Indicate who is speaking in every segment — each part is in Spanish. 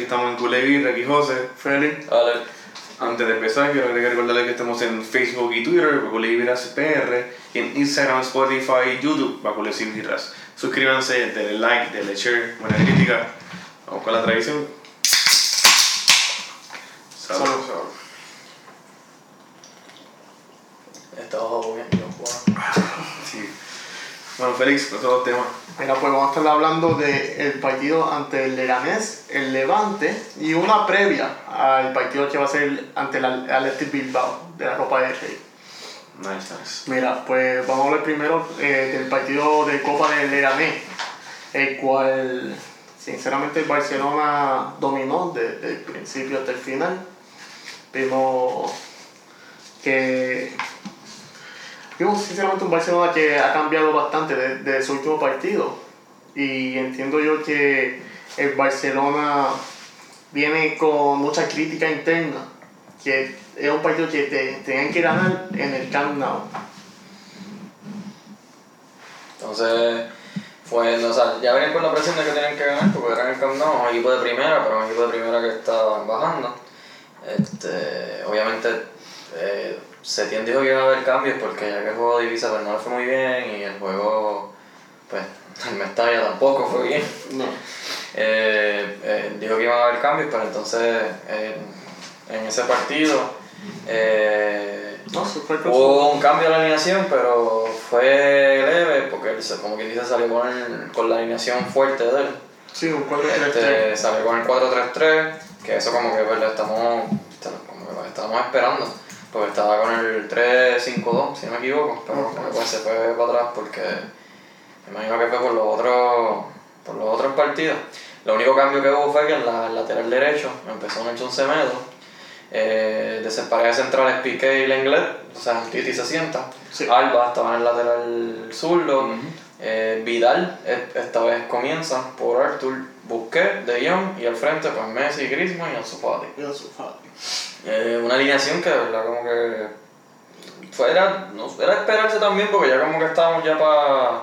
Speaker 1: estamos en Culevi, Ricky José, Félix.
Speaker 2: Vale.
Speaker 1: Antes de empezar, quiero recordarles que estamos en Facebook y Twitter, Baculey Viras PR, y en Instagram, Spotify y YouTube, Baculey Sin Viras. Suscríbanse, denle like, denle share, buena crítica. Vamos con la tradición. Salud.
Speaker 2: Salud, Estaba comiendo, Juan.
Speaker 1: Sí. Bueno, Félix, los otros temas.
Speaker 3: Mira, pues vamos a estar hablando del partido ante el Leganés, el Levante y una previa al partido que va a ser ante el Al- Athletic Bilbao de la Copa del Rey.
Speaker 1: Nice, nice.
Speaker 3: Mira, pues vamos a hablar primero eh, del partido de Copa del Leganés, el cual sinceramente el Barcelona dominó desde el principio hasta el final. Vimos que vimos sinceramente un Barcelona que ha cambiado bastante desde, su último partido. Y entiendo yo que el Barcelona viene con mucha crítica interna, que es un partido que te, tenían que ganar en el Camp Nou.
Speaker 2: Entonces, fue, o sea, ya venían con la presión de que tenían que ganar porque eran el Camp Nou, un equipo de primera, pero un equipo de primera que estaban bajando. Este, obviamente, eh, Setién dijo que iban a haber cambios porque ya que el juego de Ibiza pues, no le fue muy bien y el juego, pues, el Mestalla tampoco fue bien.
Speaker 3: No.
Speaker 2: Eh, eh, dijo que iban a haber cambios, pero entonces, eh, en ese partido, eh,
Speaker 3: No, se fue con su-
Speaker 2: Hubo un cambio en la alineación, pero fue leve, porque él, se- como quien dice, salió con, el- con la alineación fuerte de él.
Speaker 3: Sí, un 4-3-3.
Speaker 2: Este, salió con el 4-3-3, que eso como que pues, lo estamos, este, como que lo estábamos esperando, porque estaba con el 3-5-2, si no me equivoco, pero
Speaker 3: Ujú.
Speaker 2: como que, pues, se fue para atrás porque me imagino que fue por los otros, por los otros partidos. Lo único cambio que hubo fue que en la el lateral derecho empezó Nelson Semedo. Eh, de centrales centrales Piqué y Lenglet, o sea, Titi se sienta.
Speaker 3: Sí.
Speaker 2: Alba estaba en el lateral zurdo.
Speaker 1: Ujú.
Speaker 2: Eh, Vidal eh, esta vez comienza por Arthur Busquets, De Jong y al frente pues Messi, Griezmann y Ansu Fati.
Speaker 3: Era su padre.
Speaker 2: Eh, una alineación que de verdad como que fue, era, no, era esperarse también porque ya como que estábamos ya para,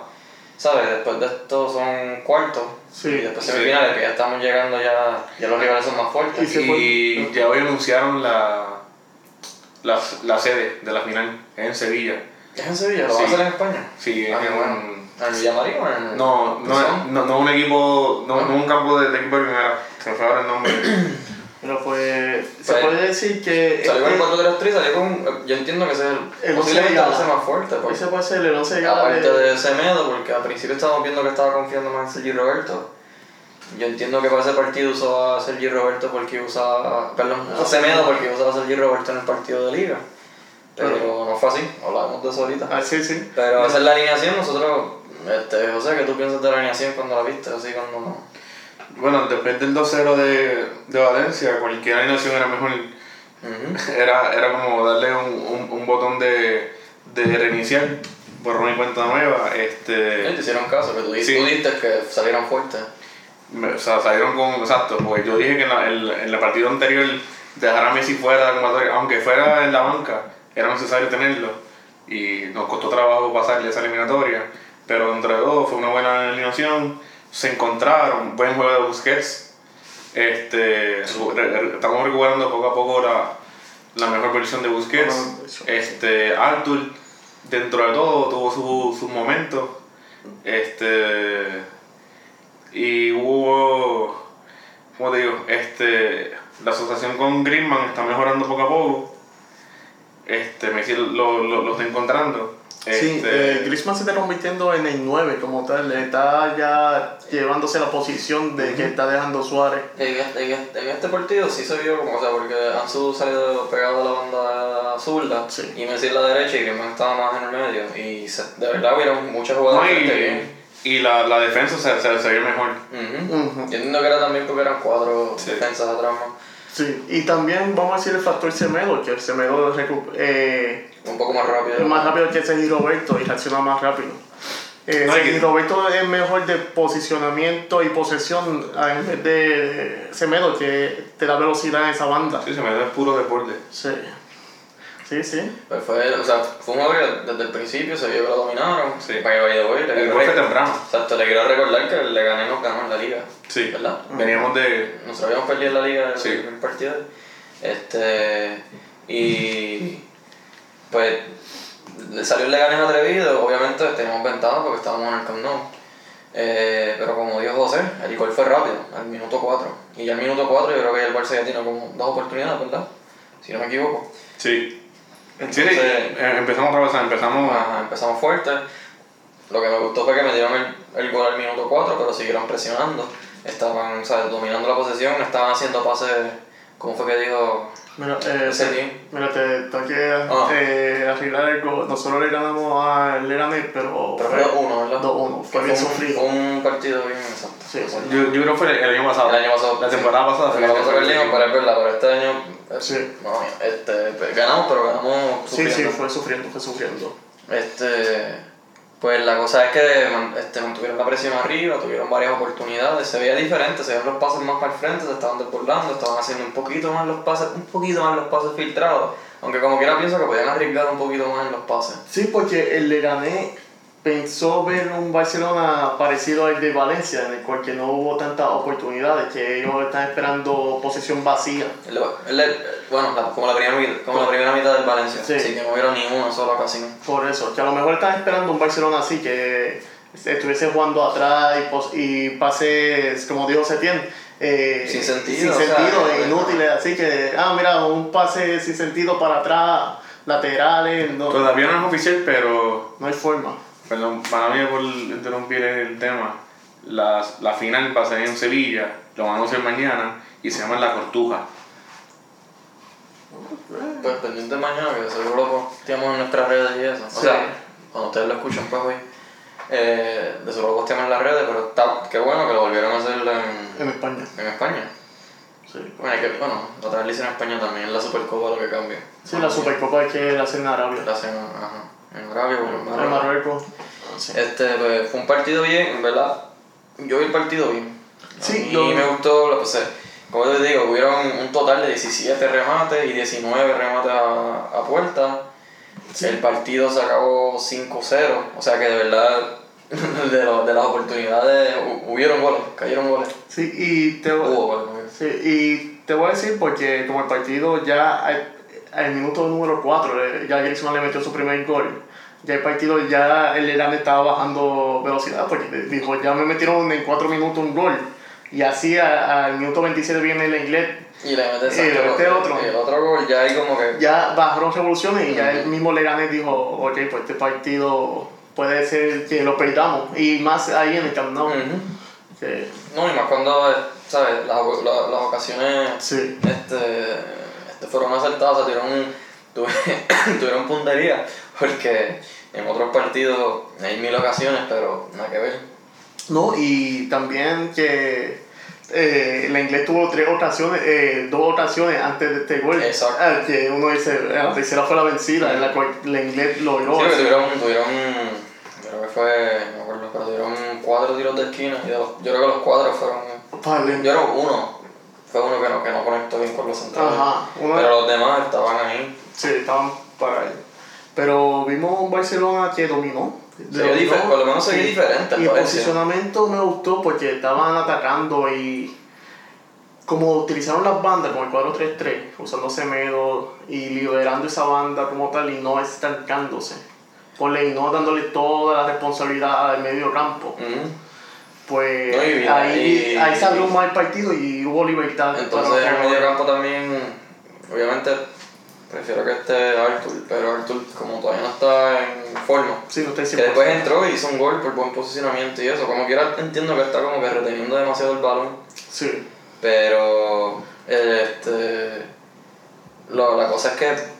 Speaker 2: ¿sabes? Después de esto son cuartos
Speaker 3: Sí.
Speaker 2: y después
Speaker 1: Sí.
Speaker 2: semifinales que ya estamos llegando ya, ya los rivales son más fuertes.
Speaker 3: Y se fue-
Speaker 1: Y ya hoy anunciaron la, la, la sede de la final en Sevilla.
Speaker 2: ¿Es en Sevilla? ¿Lo
Speaker 1: Sí.
Speaker 2: va a hacer en España?
Speaker 1: Sí,
Speaker 2: Ah,
Speaker 1: en-
Speaker 2: qué bueno. ¿En Villamarín o en...?
Speaker 1: No, no,
Speaker 2: Son?
Speaker 1: no, no un equipo,
Speaker 3: Ah.
Speaker 1: no, no un campo de, de equipo de primera. Se me fue ahora el nombre.
Speaker 3: Pero pues, se
Speaker 2: Pues,
Speaker 3: puede decir que
Speaker 2: Salió con el
Speaker 3: este-
Speaker 2: 4 de las 3, salió con... Yo entiendo que ese es el...
Speaker 3: El
Speaker 2: posiblemente
Speaker 3: once de
Speaker 2: va a ser
Speaker 3: Gala.
Speaker 2: más fuerte porque...
Speaker 3: ese puede ser el 11 de gala
Speaker 2: Aparte
Speaker 3: de...
Speaker 2: de Semedo, porque al principio estábamos viendo que estaba confiando más en Sergi Roberto. Yo entiendo que para ese partido usaba a Sergi Roberto porque usaba. Perdón,
Speaker 3: Ah,
Speaker 2: a Semedo porque usaba a Sergi Roberto en el partido de Liga. Pero no fue así, hablábamos de eso ahorita.
Speaker 3: Ah, sí, sí.
Speaker 2: Pero esa es la alineación, nosotros. Este, José, ¿qué tú piensas de la alineación cuando la viste? Así cuando no.
Speaker 1: Bueno, después del 2-0 de, de Valencia, cualquier animación era mejor.
Speaker 2: Ujú.
Speaker 1: Era, era como darle un, un, un botón de, de reiniciar, borrón y cuenta nueva.
Speaker 2: Sí,
Speaker 1: Este,
Speaker 2: Te hicieron caso, que tú, di-
Speaker 1: Sí.
Speaker 2: tú diste que salieron fuertes.
Speaker 1: me- o sea, salieron con. Exacto, porque yo dije que en, la, el, en el partido anterior dejar a Messi fuera de la convocatoria, aunque fuera en la banca, era necesario tenerlo. Y nos costó trabajo pasarle esa eliminatoria. Pero entre dos fue una buena eliminación. Se encontraron, buen juego de Busquets. Este, su- re- re- estamos recuperando poco a poco la, la mejor versión de Busquets.
Speaker 3: Bueno, eso.
Speaker 1: Este, Arthur, dentro de todo, tuvo su- sus momentos. Este, y hubo como te digo, este, la asociación con Greenman está mejorando poco a poco. Este, Messi lo, lo, lo está encontrando.
Speaker 3: Sí,
Speaker 1: Este,
Speaker 3: eh, Griezmann se está convirtiendo en el 9 como tal. Está ya llevándose la posición de que está dejando Suárez.
Speaker 2: En este, en este- en este partido sí se vio como, o sea, porque Ansu salió pegado a la banda zurda
Speaker 3: Sí.
Speaker 2: y Messi en la derecha y Griezmann estaba más en el medio. Y se- de verdad hubieron muchas jugadas este
Speaker 1: no,
Speaker 2: bastante
Speaker 1: y,
Speaker 2: bien.
Speaker 1: y la, la defensa se, se, se vio mejor.
Speaker 2: Ujú.
Speaker 3: Ujú.
Speaker 2: Yo entiendo que era también porque eran cuatro
Speaker 1: Sí.
Speaker 2: defensas atrás más,
Speaker 3: Sí, y también vamos a decir el factor Semedo, que el Semedo recu- eh,
Speaker 2: un poco más rápido.
Speaker 3: es más rápido que Sergi Roberto y reacciona más rápido. Eh,
Speaker 1: No, y
Speaker 3: Sergi
Speaker 1: que-
Speaker 3: Roberto es mejor de posicionamiento y posesión ah, en vez de Semedo, que te da velocidad en esa banda.
Speaker 1: Sí, se me da puro deporte.
Speaker 3: Sí. Sí, sí.
Speaker 2: Pues fue, o sea, fue un juego que desde el principio se vio que lo dominaron.
Speaker 1: Sí.
Speaker 2: Para que vaya de vuelta.
Speaker 1: El gol fue temprano.
Speaker 2: Exacto, le quiero recordar que le gané, nos ganó en la liga.
Speaker 1: Sí.
Speaker 2: ¿Verdad?
Speaker 1: Veníamos de.
Speaker 2: Nosotros habíamos perdido en la liga en
Speaker 1: Sí.
Speaker 2: el primer partido. Este, y pues le salió el Leganés atrevido, obviamente teníamos ventaja porque estábamos en el Camp Nou. Eh, pero como dijo José, el gol fue rápido, al minuto 4. Y ya al minuto 4 yo creo que el Barça ya tiene como dos oportunidades, ¿verdad? Si no me equivoco.
Speaker 1: Sí. sí,
Speaker 2: Entonces-
Speaker 1: eh, empezamos otra vez, empezamos a.
Speaker 2: Ajá, empezamos fuerte. Lo que me gustó fue que metieron el, el gol al minuto 4, pero siguieron presionando. Estaban o sea, dominando la posesión, estaban haciendo pases, ¿cómo fue que dijo?
Speaker 3: Mira, eh,
Speaker 2: Sí.
Speaker 3: te- mira, te tengo que
Speaker 2: Ah.
Speaker 3: eh, arreglar algo. Nosotros le ganamos al Leganés, pero,
Speaker 2: Pero fue 2-1, ¿verdad?
Speaker 3: 2-1. Fue
Speaker 2: Que
Speaker 3: bien
Speaker 2: un-
Speaker 3: sufrido.
Speaker 2: fue Un partido bien exacto.
Speaker 3: Sí, sí.
Speaker 1: Yo, yo creo que fue el año pasado.
Speaker 2: El año pasado.
Speaker 1: La temporada pasada
Speaker 2: La temporada
Speaker 1: fue-
Speaker 2: perdimos, pero es verdad, pero este año. eh,
Speaker 3: Sí.
Speaker 2: no, este, pe- ganamos, pero ganamos.
Speaker 3: Sí, sí,
Speaker 2: sufriendo.
Speaker 3: fue sufriendo, fue sufriendo.
Speaker 2: Este, pues la cosa es que man- este, mantuvieron la presión arriba, tuvieron varias oportunidades, se veía diferente, se veían los pases más para el frente, se estaban desbordando, estaban haciendo un poquito más los pases, un poquito más los pases filtrados, aunque como quiera pienso que podían arriesgar un poquito más en los pases.
Speaker 3: Sí, porque el Leganés pensó ver un Barcelona parecido al de Valencia, en el cual que no hubo tantas oportunidades, que ellos están esperando posesión vacía.
Speaker 2: El- el- el- bueno, la- como, la primera, mi- como la primera mitad del Valencia,
Speaker 3: Sí.
Speaker 2: así que no hubieron ni una sola ocasión.
Speaker 3: Por eso, que a lo mejor están esperando un Barcelona así, que estuviese jugando atrás y, pos- y pases, como dijo Setién, eh,
Speaker 2: Sin sentido,
Speaker 3: sin
Speaker 2: o sea,
Speaker 3: sentido,
Speaker 2: eh,
Speaker 3: inútiles, así que, ah, mira, un pase sin sentido para atrás, laterales, no,
Speaker 1: Todavía no es oficial, pero.
Speaker 3: no hay forma.
Speaker 1: Perdón, para mí por interrumpir el tema. La, la final va a ser en Sevilla, lo van a hacer mañana y se llama La Cortuja.
Speaker 2: Pues pendiente mañana, que seguro lo posteamos en nuestras redes y eso. O
Speaker 3: Sí.
Speaker 2: sea, cuando ustedes lo escuchan, pues hoy. eh, de seguro lo posteamos en las redes, pero está, qué bueno que lo volvieron a hacer en,
Speaker 3: En España,
Speaker 2: en España.
Speaker 3: sí.
Speaker 2: Bueno, es que, bueno, la otra vez lo hicieron en España también, en la Supercopa lo que cambia.
Speaker 3: Sí, la Supercopa hay que la hacen en Arabia,
Speaker 2: La hacen, ajá, en Arabia o en
Speaker 3: en
Speaker 2: Marruecos.
Speaker 3: Marruecos. Sí.
Speaker 2: Este, pues, fue un partido bien, en verdad. Yo vi el partido bien.
Speaker 3: Sí,
Speaker 2: y
Speaker 3: yo-
Speaker 2: me gustó, la- pues, eh, como te digo, hubieron un total de 17 remates y 19 remates a, a puerta. El partido se acabó 5-0, o sea que de verdad, de, lo- de las oportunidades, hu- hubieron goles, cayeron goles.
Speaker 3: Sí, y te,
Speaker 2: Hubo goles. ¿no?
Speaker 3: Sí, y te voy a decir porque como el partido ya al, al minuto número 4, ya Griezmann le metió su primer gol. Ya el partido, ya el Irán estaba bajando velocidad porque de- dijo, ya me metieron en 4 minutos un gol. Y así a- al minuto 27 viene el inglés.
Speaker 2: Y le mete,
Speaker 3: Y le mete otro.
Speaker 2: Y el otro gol, ya hay como que...
Speaker 3: Ya bajaron revoluciones y ya el
Speaker 2: Ujú.
Speaker 3: mismo Leganés dijo, ok, pues este partido puede ser que lo perdamos. Y más ahí en el Camp Nou.
Speaker 2: Ujú.
Speaker 3: que-
Speaker 2: No, y más cuando, eh, ¿sabes? Las, las- las ocasiones
Speaker 3: sí,
Speaker 2: este, este, fueron acertados, o sea, tuvieron, tuve- tuvieron puntería, porque en otros partidos hay mil ocasiones, pero nada que ver.
Speaker 3: No, y también que eh, la inglés tuvo tres ocasiones, eh, dos ocasiones antes de este gol.
Speaker 2: Exacto.
Speaker 3: Ah, que uno dice, eh, la tercera fue la vencida, en la cual la inglés logró.
Speaker 2: Sí, que
Speaker 3: hacer-
Speaker 2: tuvieron, tuvieron, creo que fue, no me acuerdo, pero tuvieron cuatro tiros de esquina, y de los- yo creo que los cuatro fueron,
Speaker 3: Vale.
Speaker 2: yo creo que uno, fue uno que no, que no conectó bien con los centrales,
Speaker 3: Ajá, uno-
Speaker 2: pero los demás estaban ahí.
Speaker 3: sí, estaban para él. Pero vimos un Barcelona que dominó.
Speaker 2: Se vio difer- por lo menos se vio
Speaker 3: Sí.
Speaker 2: diferente, al
Speaker 3: Y el
Speaker 2: parecer.
Speaker 3: posicionamiento me gustó porque estaban atacando y como utilizaron las bandas con el 4-3-3, usando Semedo y liberando esa banda como tal y no estancándose. Ponle y no dándole toda la responsabilidad al medio campo.
Speaker 2: Ujú.
Speaker 3: Pues
Speaker 2: No, y bien,
Speaker 3: ahí,
Speaker 2: y-
Speaker 3: ahí salió un mal partido y hubo libertad. para
Speaker 2: Entonces en
Speaker 3: los
Speaker 2: el medio
Speaker 3: jugadores.
Speaker 2: campo también, obviamente, prefiero que esté Arthur, pero Arthur como todavía no está en forma,
Speaker 3: Sí, no estoy
Speaker 2: que
Speaker 3: 100%.
Speaker 2: después entró y hizo un gol por buen posicionamiento y eso, como quiera entiendo que está como que reteniendo demasiado el balón,
Speaker 3: Sí.
Speaker 2: pero este, lo- la cosa es que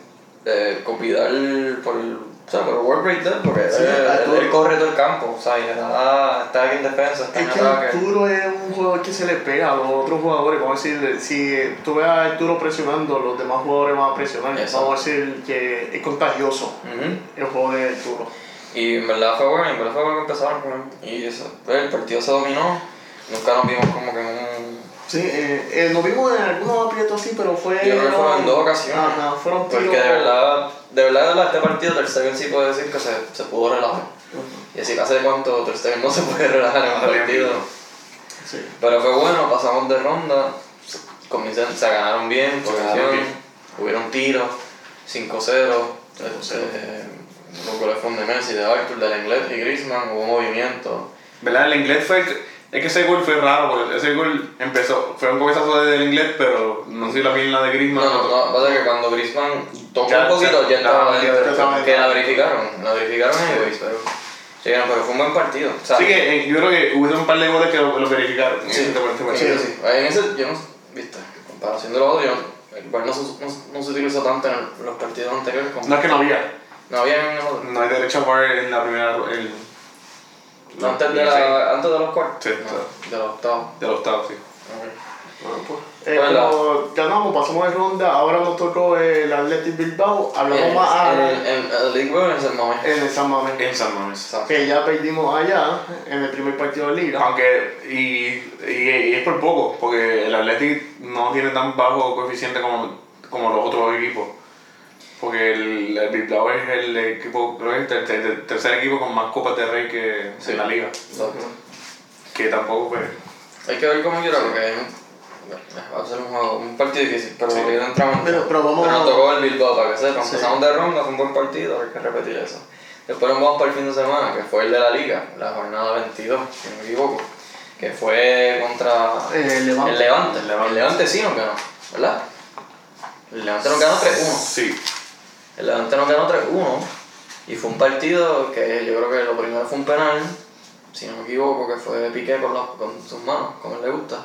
Speaker 2: eh, con Vidal por el, o sea, por el work rate de él, porque
Speaker 3: Sí, ah,
Speaker 2: él, él-
Speaker 3: Arthur-
Speaker 2: él corre todo el campo, o sea, y le da, está aquí en defensa, está en
Speaker 3: Es que
Speaker 2: ataque.
Speaker 3: Arturo es un jugador que se le pega a los otros jugadores. Vamos a decir, si tú ves a Arturo presionando, los demás jugadores van a presionar.
Speaker 2: Exacto.
Speaker 3: Vamos a decir que es contagioso
Speaker 2: Ujú.
Speaker 3: el juego de Arturo.
Speaker 2: Y en verdad fue bueno, en verdad fue bueno que empezaron con él. Y eso, pues, el partido se dominó. Nunca nos vimos como que en un,
Speaker 3: Sí, eh, eh, nos vimos en algunos aprietos así, pero fue.
Speaker 2: Yo creo que fueron en dos ocasiones.
Speaker 3: Ajá, fueron
Speaker 2: Porque de verdad, de verdad, de verdad, este partido Ter Stegen sí puede decir que se, se pudo relajar.
Speaker 3: Ujú.
Speaker 2: Y decir, hace cuánto Ter Stegen no se puede relajar en un
Speaker 1: También.
Speaker 2: partido.
Speaker 3: Sí.
Speaker 2: Pero fue bueno, pasamos de ronda, se- comienzan- se ganaron bien,
Speaker 1: Se ganaron
Speaker 2: posición,
Speaker 1: bien.
Speaker 2: hubieron tiros, 5-0, este,
Speaker 3: 5-0.
Speaker 2: los goles fueron de Messi, de Arthur, de Lenglet y Griezmann, hubo movimiento.
Speaker 1: ¿Verdad? El inglés fue. Es que ese gol fue raro, porque ese gol empezó. Fue un cabezazo del inglés, pero no sé si la misma de
Speaker 2: No,
Speaker 1: Griezmann.
Speaker 2: no, no, pasa que cuando Griezmann tocó
Speaker 1: Ya,
Speaker 2: un poquito
Speaker 1: ya,
Speaker 2: ya
Speaker 1: estaba
Speaker 2: estaba
Speaker 1: metido,
Speaker 3: ya
Speaker 2: dentro,
Speaker 3: estaba
Speaker 2: que la
Speaker 3: dentro.
Speaker 2: verificaron, la verificaron anyways, pero... llegaron, pero fue un buen partido, o sea,
Speaker 1: Así que eh, yo creo que hubo un par de goles que lo, lo verificaron.
Speaker 2: Sí,
Speaker 1: Este partido.
Speaker 2: sí, sí. En ese, yo no, viste, comparación de los otros, yo no- el VAR no, se- no, no se utilizó tanto en el- los partidos anteriores como...
Speaker 1: No es que no había.
Speaker 2: No había en el otro.
Speaker 1: No hay derecho a jugar en la primera. El,
Speaker 2: Antes de, la, antes de los cuartos.
Speaker 1: Sí,
Speaker 2: No,
Speaker 1: sí.
Speaker 2: de los octavos.
Speaker 1: De los octavos, sí.
Speaker 3: Bueno, pues. Eh,
Speaker 2: Bueno.
Speaker 3: como ganamos, pasamos de ronda, ahora nos tocó el Athletic Bilbao, hablamos más a-
Speaker 2: En Eh, el- en el League One es el momento.
Speaker 3: en el San Mamés.
Speaker 1: En San Mamés.
Speaker 3: Que ya perdimos allá en el primer partido de Liga.
Speaker 1: Aunque, y, y- y es por poco, porque el Athletic no tiene tan bajo coeficiente como, como los otros equipos. Porque el, el Bilbao es el equipo, creo que es el ter- ter- tercer equipo con más copas de rey que
Speaker 2: Sí.
Speaker 1: en la liga.
Speaker 2: Exacto.
Speaker 1: Que tampoco, pues.
Speaker 2: Hay que ver cómo quiera, porque hay un- va a ser un, juego- un partido difícil, pero
Speaker 1: Sí.
Speaker 2: porque no entramos.
Speaker 3: Pero- pero vamos
Speaker 2: nos
Speaker 3: a-
Speaker 2: tocó el Bilbao para que sepan.
Speaker 3: Sí.
Speaker 2: Empezamos de ronda, fue un buen partido, hay que repetir eso. Después nos vamos para el fin de semana, que fue el de la Liga, la jornada 22, si no me equivoco, que fue contra
Speaker 3: Eh, Levante.
Speaker 2: Ah,
Speaker 1: El
Speaker 2: el Levante.
Speaker 1: Levante.
Speaker 2: El Levante sí nos ganó, ¿verdad? El Levante nos ganó 3-1.
Speaker 1: Sí.
Speaker 2: El Levante nos ganó 3-1 y fue un partido que yo creo que lo primero fue un penal, si no me equivoco, que fue Piqué con, las- con sus manos, como él le gusta.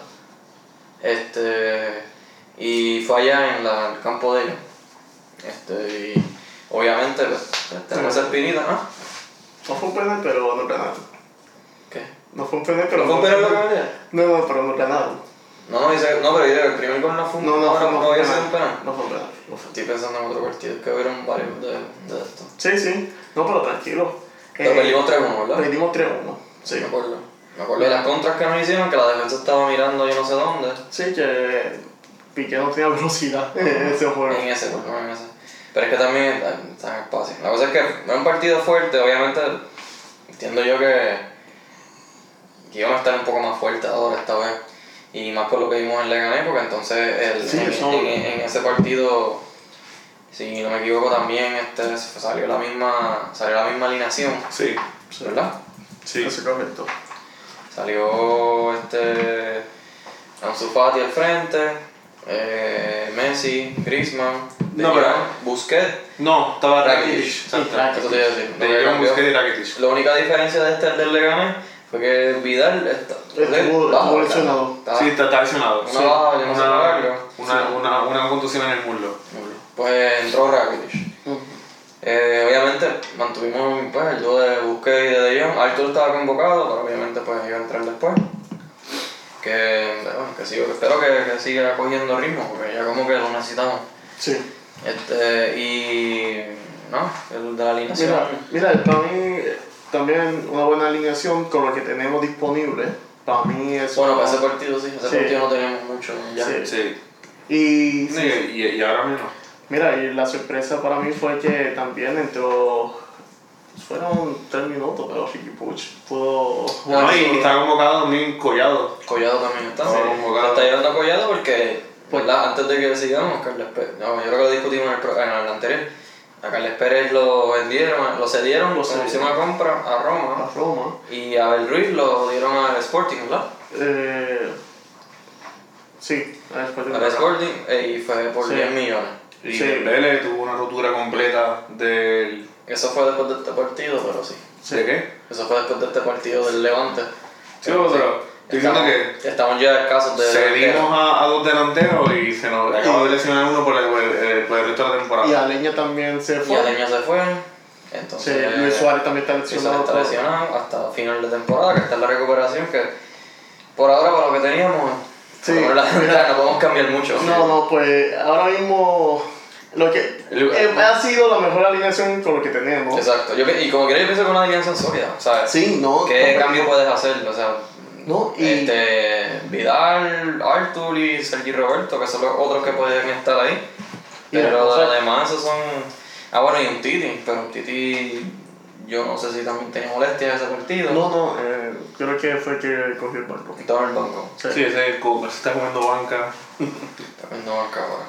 Speaker 2: Este, y fue allá en la- el campo de ellos. Este, y obviamente, pues, tenemos esa espinita, ¿ah?
Speaker 3: No fue un penal, pero no ganaron.
Speaker 2: ¿Qué?
Speaker 3: No fue un penal, pero
Speaker 2: ¿No fue un penal lo que valía?
Speaker 3: No, no, pero no ganaron.
Speaker 2: No, no, dice, no, pero dice que el primer gol no fue un
Speaker 3: No, no, fue- no,
Speaker 2: no, no
Speaker 3: fue
Speaker 2: había
Speaker 3: un
Speaker 2: sido
Speaker 3: penal.
Speaker 2: un penal.
Speaker 3: No fue un penal. no fue-
Speaker 2: Estoy pensando en otro partido, que hubieron varios de, de esto.
Speaker 3: Sí, sí. No, pero tranquilo.
Speaker 2: Pero
Speaker 3: Eh,
Speaker 2: perdimos 3-1, ¿verdad?
Speaker 3: Perdimos 3-1.
Speaker 2: Sí,
Speaker 3: Sí.
Speaker 2: me acuerdo. Me acuerdo de las contras que nos hicieron, que la defensa estaba mirando yo no sé dónde.
Speaker 3: Sí, que Piqué no tenía velocidad en ese juego.
Speaker 2: En ese, por lo menos en ese. Pero es que también eh, está en espacio. La cosa es que no es un partido fuerte, obviamente entiendo yo que, que íbamos a estar un poco más fuerte ahora esta vez. Y más por lo que vimos en Leganés, porque entonces el-
Speaker 3: Sí,
Speaker 2: en,
Speaker 3: eso-
Speaker 2: en- en ese partido, si no me equivoco también, este, salió la misma, salió la misma alineación,
Speaker 1: Sí.
Speaker 2: ¿verdad?
Speaker 1: Sí.
Speaker 3: Eso es correcto.
Speaker 2: Salió este Ansu Fati al frente, eh, Messi, Griezmann, De
Speaker 1: No,
Speaker 2: Jong,
Speaker 1: pero-
Speaker 2: Busquets.
Speaker 1: No, estaba
Speaker 2: Rakitic.
Speaker 1: Rakitic. exacto.
Speaker 3: Rakitic.
Speaker 2: Eso te iba a decir. lo que
Speaker 1: De John
Speaker 2: cambió.
Speaker 1: Busquets y Rakitic.
Speaker 2: La única diferencia de este al del Leganés fue que Vidal está,
Speaker 3: Estuvo-
Speaker 2: baja,
Speaker 3: estuvo
Speaker 2: ¿verdad?
Speaker 3: lesionado.
Speaker 2: Está-
Speaker 1: Sí, está, está lesionado.
Speaker 2: Una
Speaker 1: Sí.
Speaker 2: baja, yo no sé
Speaker 1: Una,
Speaker 2: pagarlo.
Speaker 1: una, una, una contusión en el muslo.
Speaker 2: Pues entró Rakitic. Eh, obviamente mantuvimos pues, el dúo de Busquets y de De Jong. Arturo estaba convocado, pero obviamente pues iba a entrar después. Que, bueno, que sigo, que espero que, que siga cogiendo ritmo, porque ya como que lo necesitamos.
Speaker 3: Sí.
Speaker 2: Este, y no, el de la alineación.
Speaker 3: Mira, mira, para mí eh, también una buena alineación con lo que tenemos disponible. Para mí es.
Speaker 2: Bueno, para ese partido sí, ese
Speaker 3: Sí.
Speaker 2: partido no teníamos mucho ya.
Speaker 3: Sí.
Speaker 1: Sí.
Speaker 3: Y,
Speaker 1: Y, y, y ahora menos.
Speaker 3: mira, y la sorpresa para mí fue que también entró. pues Fueron tres minutos, pero Ricky Puch pudo jugar.
Speaker 1: No, y
Speaker 3: su-
Speaker 1: está convocado también Collado.
Speaker 2: Collado también está.
Speaker 1: Sí,
Speaker 2: Se
Speaker 1: convocado.
Speaker 2: está llevando a Collado porque,
Speaker 3: Pues-
Speaker 2: ¿verdad? antes de que sigamos, Carles Pérez, no, yo creo que lo discutimos en el, pro- en el anterior. A Carles Pérez lo vendieron, lo cedieron,
Speaker 3: Lo
Speaker 2: lo
Speaker 3: cedieron. Ah.
Speaker 2: hicieron a compra a
Speaker 3: a
Speaker 2: Roma.
Speaker 3: Roma.
Speaker 2: Y a Abel Ruiz lo dieron al Sporting, ¿verdad?
Speaker 3: Eh, sí, a después de
Speaker 2: Al Sporting eh, y fue por
Speaker 3: Sí.
Speaker 2: 10 millones.
Speaker 1: Y
Speaker 3: Sí.
Speaker 1: Dembele tuvo una rotura completa del...
Speaker 2: Eso fue después de este partido, pero sí.
Speaker 1: ¿De qué?
Speaker 2: Eso fue después de este partido del Levante.
Speaker 1: Sí, pero estoy diciendo que
Speaker 2: estamos ya escasos de...
Speaker 1: cedimos a, a dos delanteros y se nos acaba de lesionar uno por el, por el- por el resto de la
Speaker 3: Y
Speaker 1: temporada.
Speaker 3: Aleña también se
Speaker 2: Y
Speaker 3: fue.
Speaker 2: Aleña se fue.
Speaker 3: Sí,
Speaker 2: Entonces...
Speaker 3: Luis Suárez también está
Speaker 2: Sí,
Speaker 3: lesionado. pues.
Speaker 2: está lesionado hasta final de temporada, que está en la recuperación, que por ahora para lo que teníamos,
Speaker 3: Sí,
Speaker 2: por la ventana no podemos cambiar mucho.
Speaker 3: No, no, pues ahora mismo lo que
Speaker 1: El-
Speaker 3: eh, ha sido la mejor alineación con lo que tenemos.
Speaker 2: Exacto, yo, pi- y como quieres yo pienso que una alianza sólida, ¿sabes?
Speaker 3: Sí, no.
Speaker 2: ¿Qué
Speaker 3: no,
Speaker 2: cambio puedes hacer? O sea,
Speaker 3: No, y-
Speaker 2: este, Vidal, Artur y Sergi Roberto, que son los otros que podían estar ahí.
Speaker 3: Y la
Speaker 2: Pero
Speaker 3: cosa-
Speaker 2: además esos son... Ah, bueno, y un Titi, pero un Titi yo no sé si también tenía molestias en ese partido.
Speaker 3: No, no, eh, creo que fue que cogió el banco.
Speaker 2: Estaba en el banco.
Speaker 3: Sí.
Speaker 1: Sí, ese co- se está comiendo banca.
Speaker 2: También no banca ahora.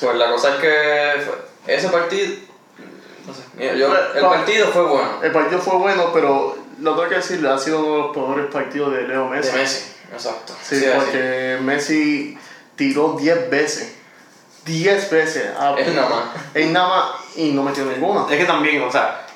Speaker 2: Pues la cosa es que fue- ese partido... No sé, mira, yo- el
Speaker 3: Pa-
Speaker 2: partido fue bueno.
Speaker 3: El partido fue bueno, pero lo tengo que decir, ha sido uno de los peores partidos de Leo Messi.
Speaker 2: De Messi, exacto.
Speaker 3: Sí,
Speaker 2: así.
Speaker 3: porque Messi tiró 10 veces. 10 veces. a-
Speaker 2: Él nada más.
Speaker 3: Él nada más y no metió ninguna.
Speaker 1: Es que también, o sea,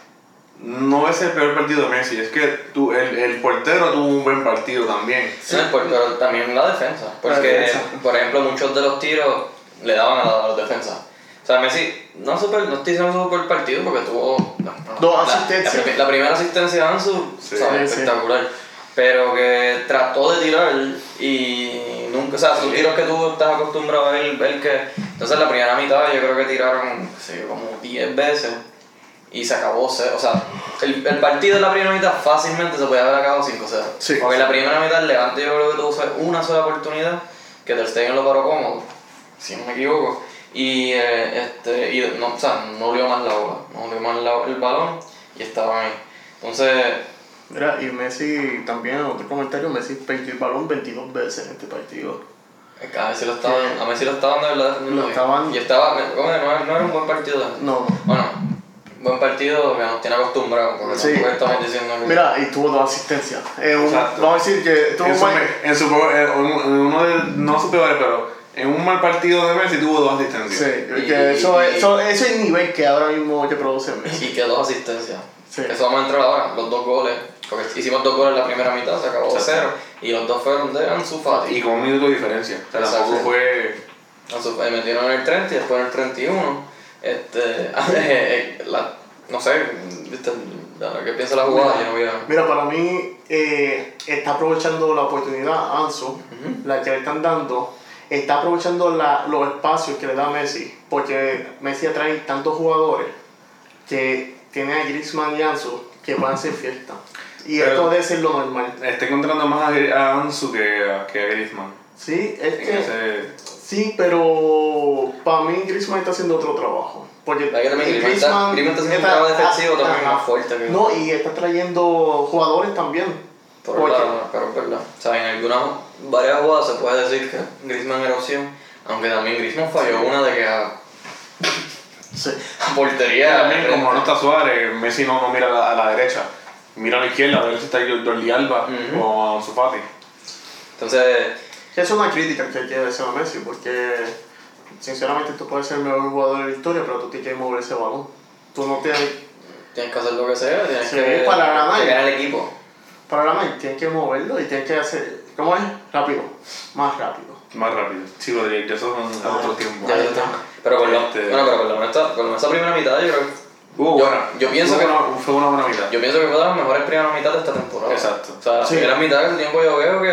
Speaker 1: no es el peor partido de Messi, es que tú, el, el portero tuvo un buen partido también.
Speaker 2: Sí, por- pero también la defensa. Porque,
Speaker 3: defensa.
Speaker 2: por ejemplo, muchos de los tiros le daban a, a los defensas. O sea, Messi, no, super, no estoy diciendo super partido porque tuvo. no, no,
Speaker 3: Dos
Speaker 2: la-
Speaker 3: asistencias.
Speaker 2: La, primi- la primera asistencia de Ansu,
Speaker 1: Sí,
Speaker 2: o sea,
Speaker 3: sí.
Speaker 2: espectacular. Pero que trató de tirar y nunca. O sea, son tiros que tú estás acostumbrado a ver, ver que. Entonces, la primera mitad yo creo que tiraron, qué sé yo, como 10 veces y se acabó. ce- O sea, el, el partido de la primera mitad fácilmente se podía haber acabado 5-0.
Speaker 3: Sí.
Speaker 2: Porque la primera mitad el Levante yo creo que tuvo fue una sola oportunidad que Ter Stegen lo paró cómodo, si no me equivoco. Y, eh, este, y no, o sea, no olió más la bola, no olió más la- el balón y estaban ahí. Entonces,
Speaker 3: Mira, y Messi también, otro comentario, Messi perdió el balón 22 veces en este partido.
Speaker 2: a Messi lo estaban, a Messi lo estaban de verdad defendiendo
Speaker 3: Lo
Speaker 2: bien.
Speaker 3: estaban-
Speaker 2: Y estaba, ¿cómo es? no, era- no era un buen partido. de Messi.
Speaker 3: No, no.
Speaker 2: Bueno, buen partido que nos tiene acostumbrados, porque
Speaker 3: Sí.
Speaker 2: tampoco estamos diciendo que...
Speaker 3: Mira, y tuvo dos asistencias. Es un-
Speaker 1: Exacto.
Speaker 3: vamos a decir que tuvo
Speaker 1: En
Speaker 3: un
Speaker 1: su,
Speaker 3: buen-
Speaker 1: en su peor- en un- en uno de, no su peor, pero en un mal partido de Messi tuvo dos asistencias.
Speaker 3: Sí,
Speaker 2: Y-
Speaker 3: que eso, es-
Speaker 2: y-
Speaker 3: eso, eso es el nivel que ahora mismo que produce Messi.
Speaker 2: Y que dos asistencias.
Speaker 3: Sí.
Speaker 2: Eso vamos a entrar ahora, los dos goles. Porque hicimos dos goles en la primera mitad, se acabó de cero. Y los dos fueron de Ansu Fati.
Speaker 1: Y con un minuto de diferencia. O sea, tampoco
Speaker 2: Exacto.
Speaker 1: fue.
Speaker 2: Ansu Fati metieron en el 30 y después en el 31. Este, la- no sé, viste, la- lo que piensa la jugada, yo no voy a...
Speaker 3: Mira, para mí eh, está aprovechando la oportunidad Ansu, la que le están dando, está aprovechando la- los espacios que le da Messi, porque Messi atrae tantos jugadores que tienen a Griezmann y Ansu que van a hacer fiesta. Y
Speaker 1: Pero-
Speaker 3: esto debe ser lo normal.
Speaker 1: Está encontrando más a, Gri- a Ansu que, a- que a Griezmann.
Speaker 3: Sí, es
Speaker 1: En
Speaker 3: que-
Speaker 1: ese-
Speaker 3: sí, pero para mí Griezmann está haciendo otro trabajo. Porque ah,
Speaker 2: La que también Griezmann está- Griezmann está haciendo un trabajo defensivo también más fuerte que-
Speaker 3: No, y está trayendo jugadores también.
Speaker 2: Por
Speaker 3: Porque-
Speaker 2: la- pero es verdad. O sea, en algunas varias jugadas se puede decir que Griezmann era opción. Aunque también Griezmann falló una de que a,
Speaker 3: Sí.
Speaker 2: a portería...
Speaker 1: También,
Speaker 2: frente.
Speaker 1: como no está Suárez, Messi no, no mira a la, a la derecha. Mira a la izquierda, a ver si está Jordi Alba
Speaker 2: Ujú.
Speaker 1: o Ansu Fati.
Speaker 2: Entonces...
Speaker 3: Que es una crítica que hay que hacer a Messi, porque sinceramente tú puedes ser el mejor jugador de la historia, pero tú tienes que mover ese balón. Tú no tienes,
Speaker 2: Tienes que hacer lo que sea, tienes
Speaker 3: Sí,
Speaker 2: que
Speaker 3: para ganar.
Speaker 2: que ganar el equipo.
Speaker 3: para la mente, tienes que moverlo y tienes que hacer, ¿cómo es? Rápido, más rápido.
Speaker 1: Más rápido. Sí, lo de- ya son a otro tiempo.
Speaker 2: Ah, Ya, ya está. Pero por lo,
Speaker 1: Este-
Speaker 2: bueno, pero por lo menos esta, por lo menos esta primera mitad yo creo que-
Speaker 1: Hubo
Speaker 2: Yo-
Speaker 1: buena-
Speaker 2: yo pienso
Speaker 1: hubo
Speaker 2: que-
Speaker 1: una- fue una buena mitad.
Speaker 2: yo pienso que fue de las mejores primeras mitad de esta temporada.
Speaker 1: Exacto.
Speaker 2: O sea, las
Speaker 3: Sí.
Speaker 2: primeras mitades del tiempo yo veo que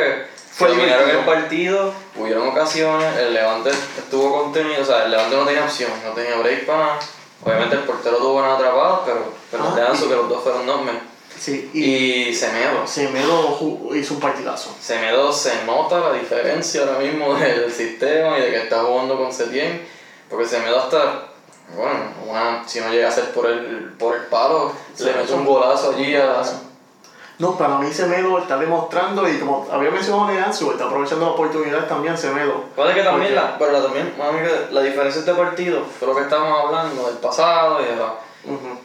Speaker 3: Fue
Speaker 2: fue dominaron el
Speaker 3: divertido.
Speaker 2: partido, hubieron ocasiones, el Levante estuvo contenido, o sea, el Levante no tenía opción, no tenía break para nada. Obviamente el portero tuvo buenas atrapadas, pero, pero
Speaker 3: Ah,
Speaker 2: de Ansu,
Speaker 3: y-
Speaker 2: que los dos fueron enormes.
Speaker 3: Sí, y,
Speaker 2: Y Semedo.
Speaker 3: Semedo ju- hizo un partidazo.
Speaker 2: Semedo se nota la diferencia ahora mismo del sistema y de que está jugando con Setien, porque Semedo hasta, bueno, una, si no llega a ser por el, por el palo, le mete un golazo allí a...
Speaker 3: No, para mí Semedo está demostrando, y como había mencionado de Ansu, está aprovechando la oportunidad también Semedo.
Speaker 2: Pasa que también,
Speaker 3: Ok.
Speaker 2: la, pero la, también mami, que la diferencia de este partido fue lo que estábamos hablando del pasado y de la...
Speaker 3: Ujú.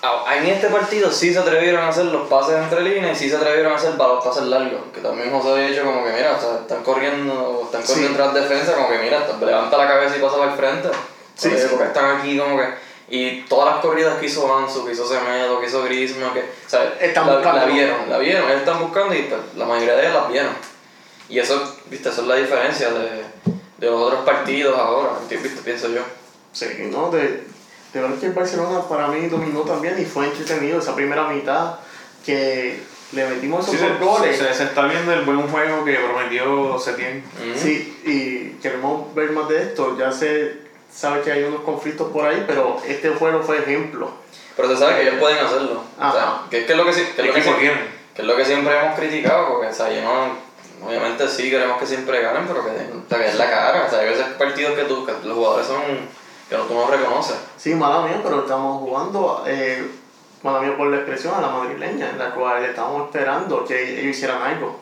Speaker 2: Ah, En este partido sí se atrevieron a hacer los pases entre líneas y sí se atrevieron a hacer para los pases largos. Que también José había dicho como que mira, o sea, están corriendo, están
Speaker 3: Sí.
Speaker 2: corriendo tras defensa, como que mira, t- levanta la cabeza y pasa para el frente.
Speaker 3: Sí,
Speaker 2: Porque-
Speaker 3: sí.
Speaker 2: Porque están aquí como que. Y todas las corridas que hizo Ansu, que hizo Semedo, que hizo Griezmann, que. O sea,
Speaker 3: Están
Speaker 2: la,
Speaker 3: buscando.
Speaker 2: la vieron, la vieron, ellos están buscando y pues, la mayoría de ellas las vieron. Y eso, viste, eso es la diferencia de, de los otros partidos ahora, ¿viste? Pienso yo.
Speaker 3: Sí, ¿no? De, de verdad que el Barcelona para mí dominó también y fue entretenido esa primera mitad que le metimos
Speaker 1: Sí,
Speaker 3: esos
Speaker 1: se,
Speaker 3: dos goles.
Speaker 1: se- se está viendo el buen juego que prometió Setién.
Speaker 2: Ujú.
Speaker 3: Sí, y queremos ver más de esto. Ya se sabe que hay unos conflictos por ahí, pero este juego fue ejemplo.
Speaker 2: Pero se sabe que ellos pueden hacerlo. O sea,
Speaker 3: Ajá.
Speaker 2: que es que es lo que, sí- que es
Speaker 1: El
Speaker 2: lo que
Speaker 1: equipo
Speaker 2: sí-
Speaker 1: tiene.
Speaker 2: Que es lo que siempre hemos criticado, porque o sea, yo no, obviamente sí queremos que siempre ganen, pero que también es la cara. O sea, hay veces partidos que, tú, que los jugadores son que no, tú no reconoces.
Speaker 3: Sí, mala mía, pero estamos jugando, eh, mala mía por la expresión, a la madrileña, en la cual estamos esperando que ellos hicieran algo.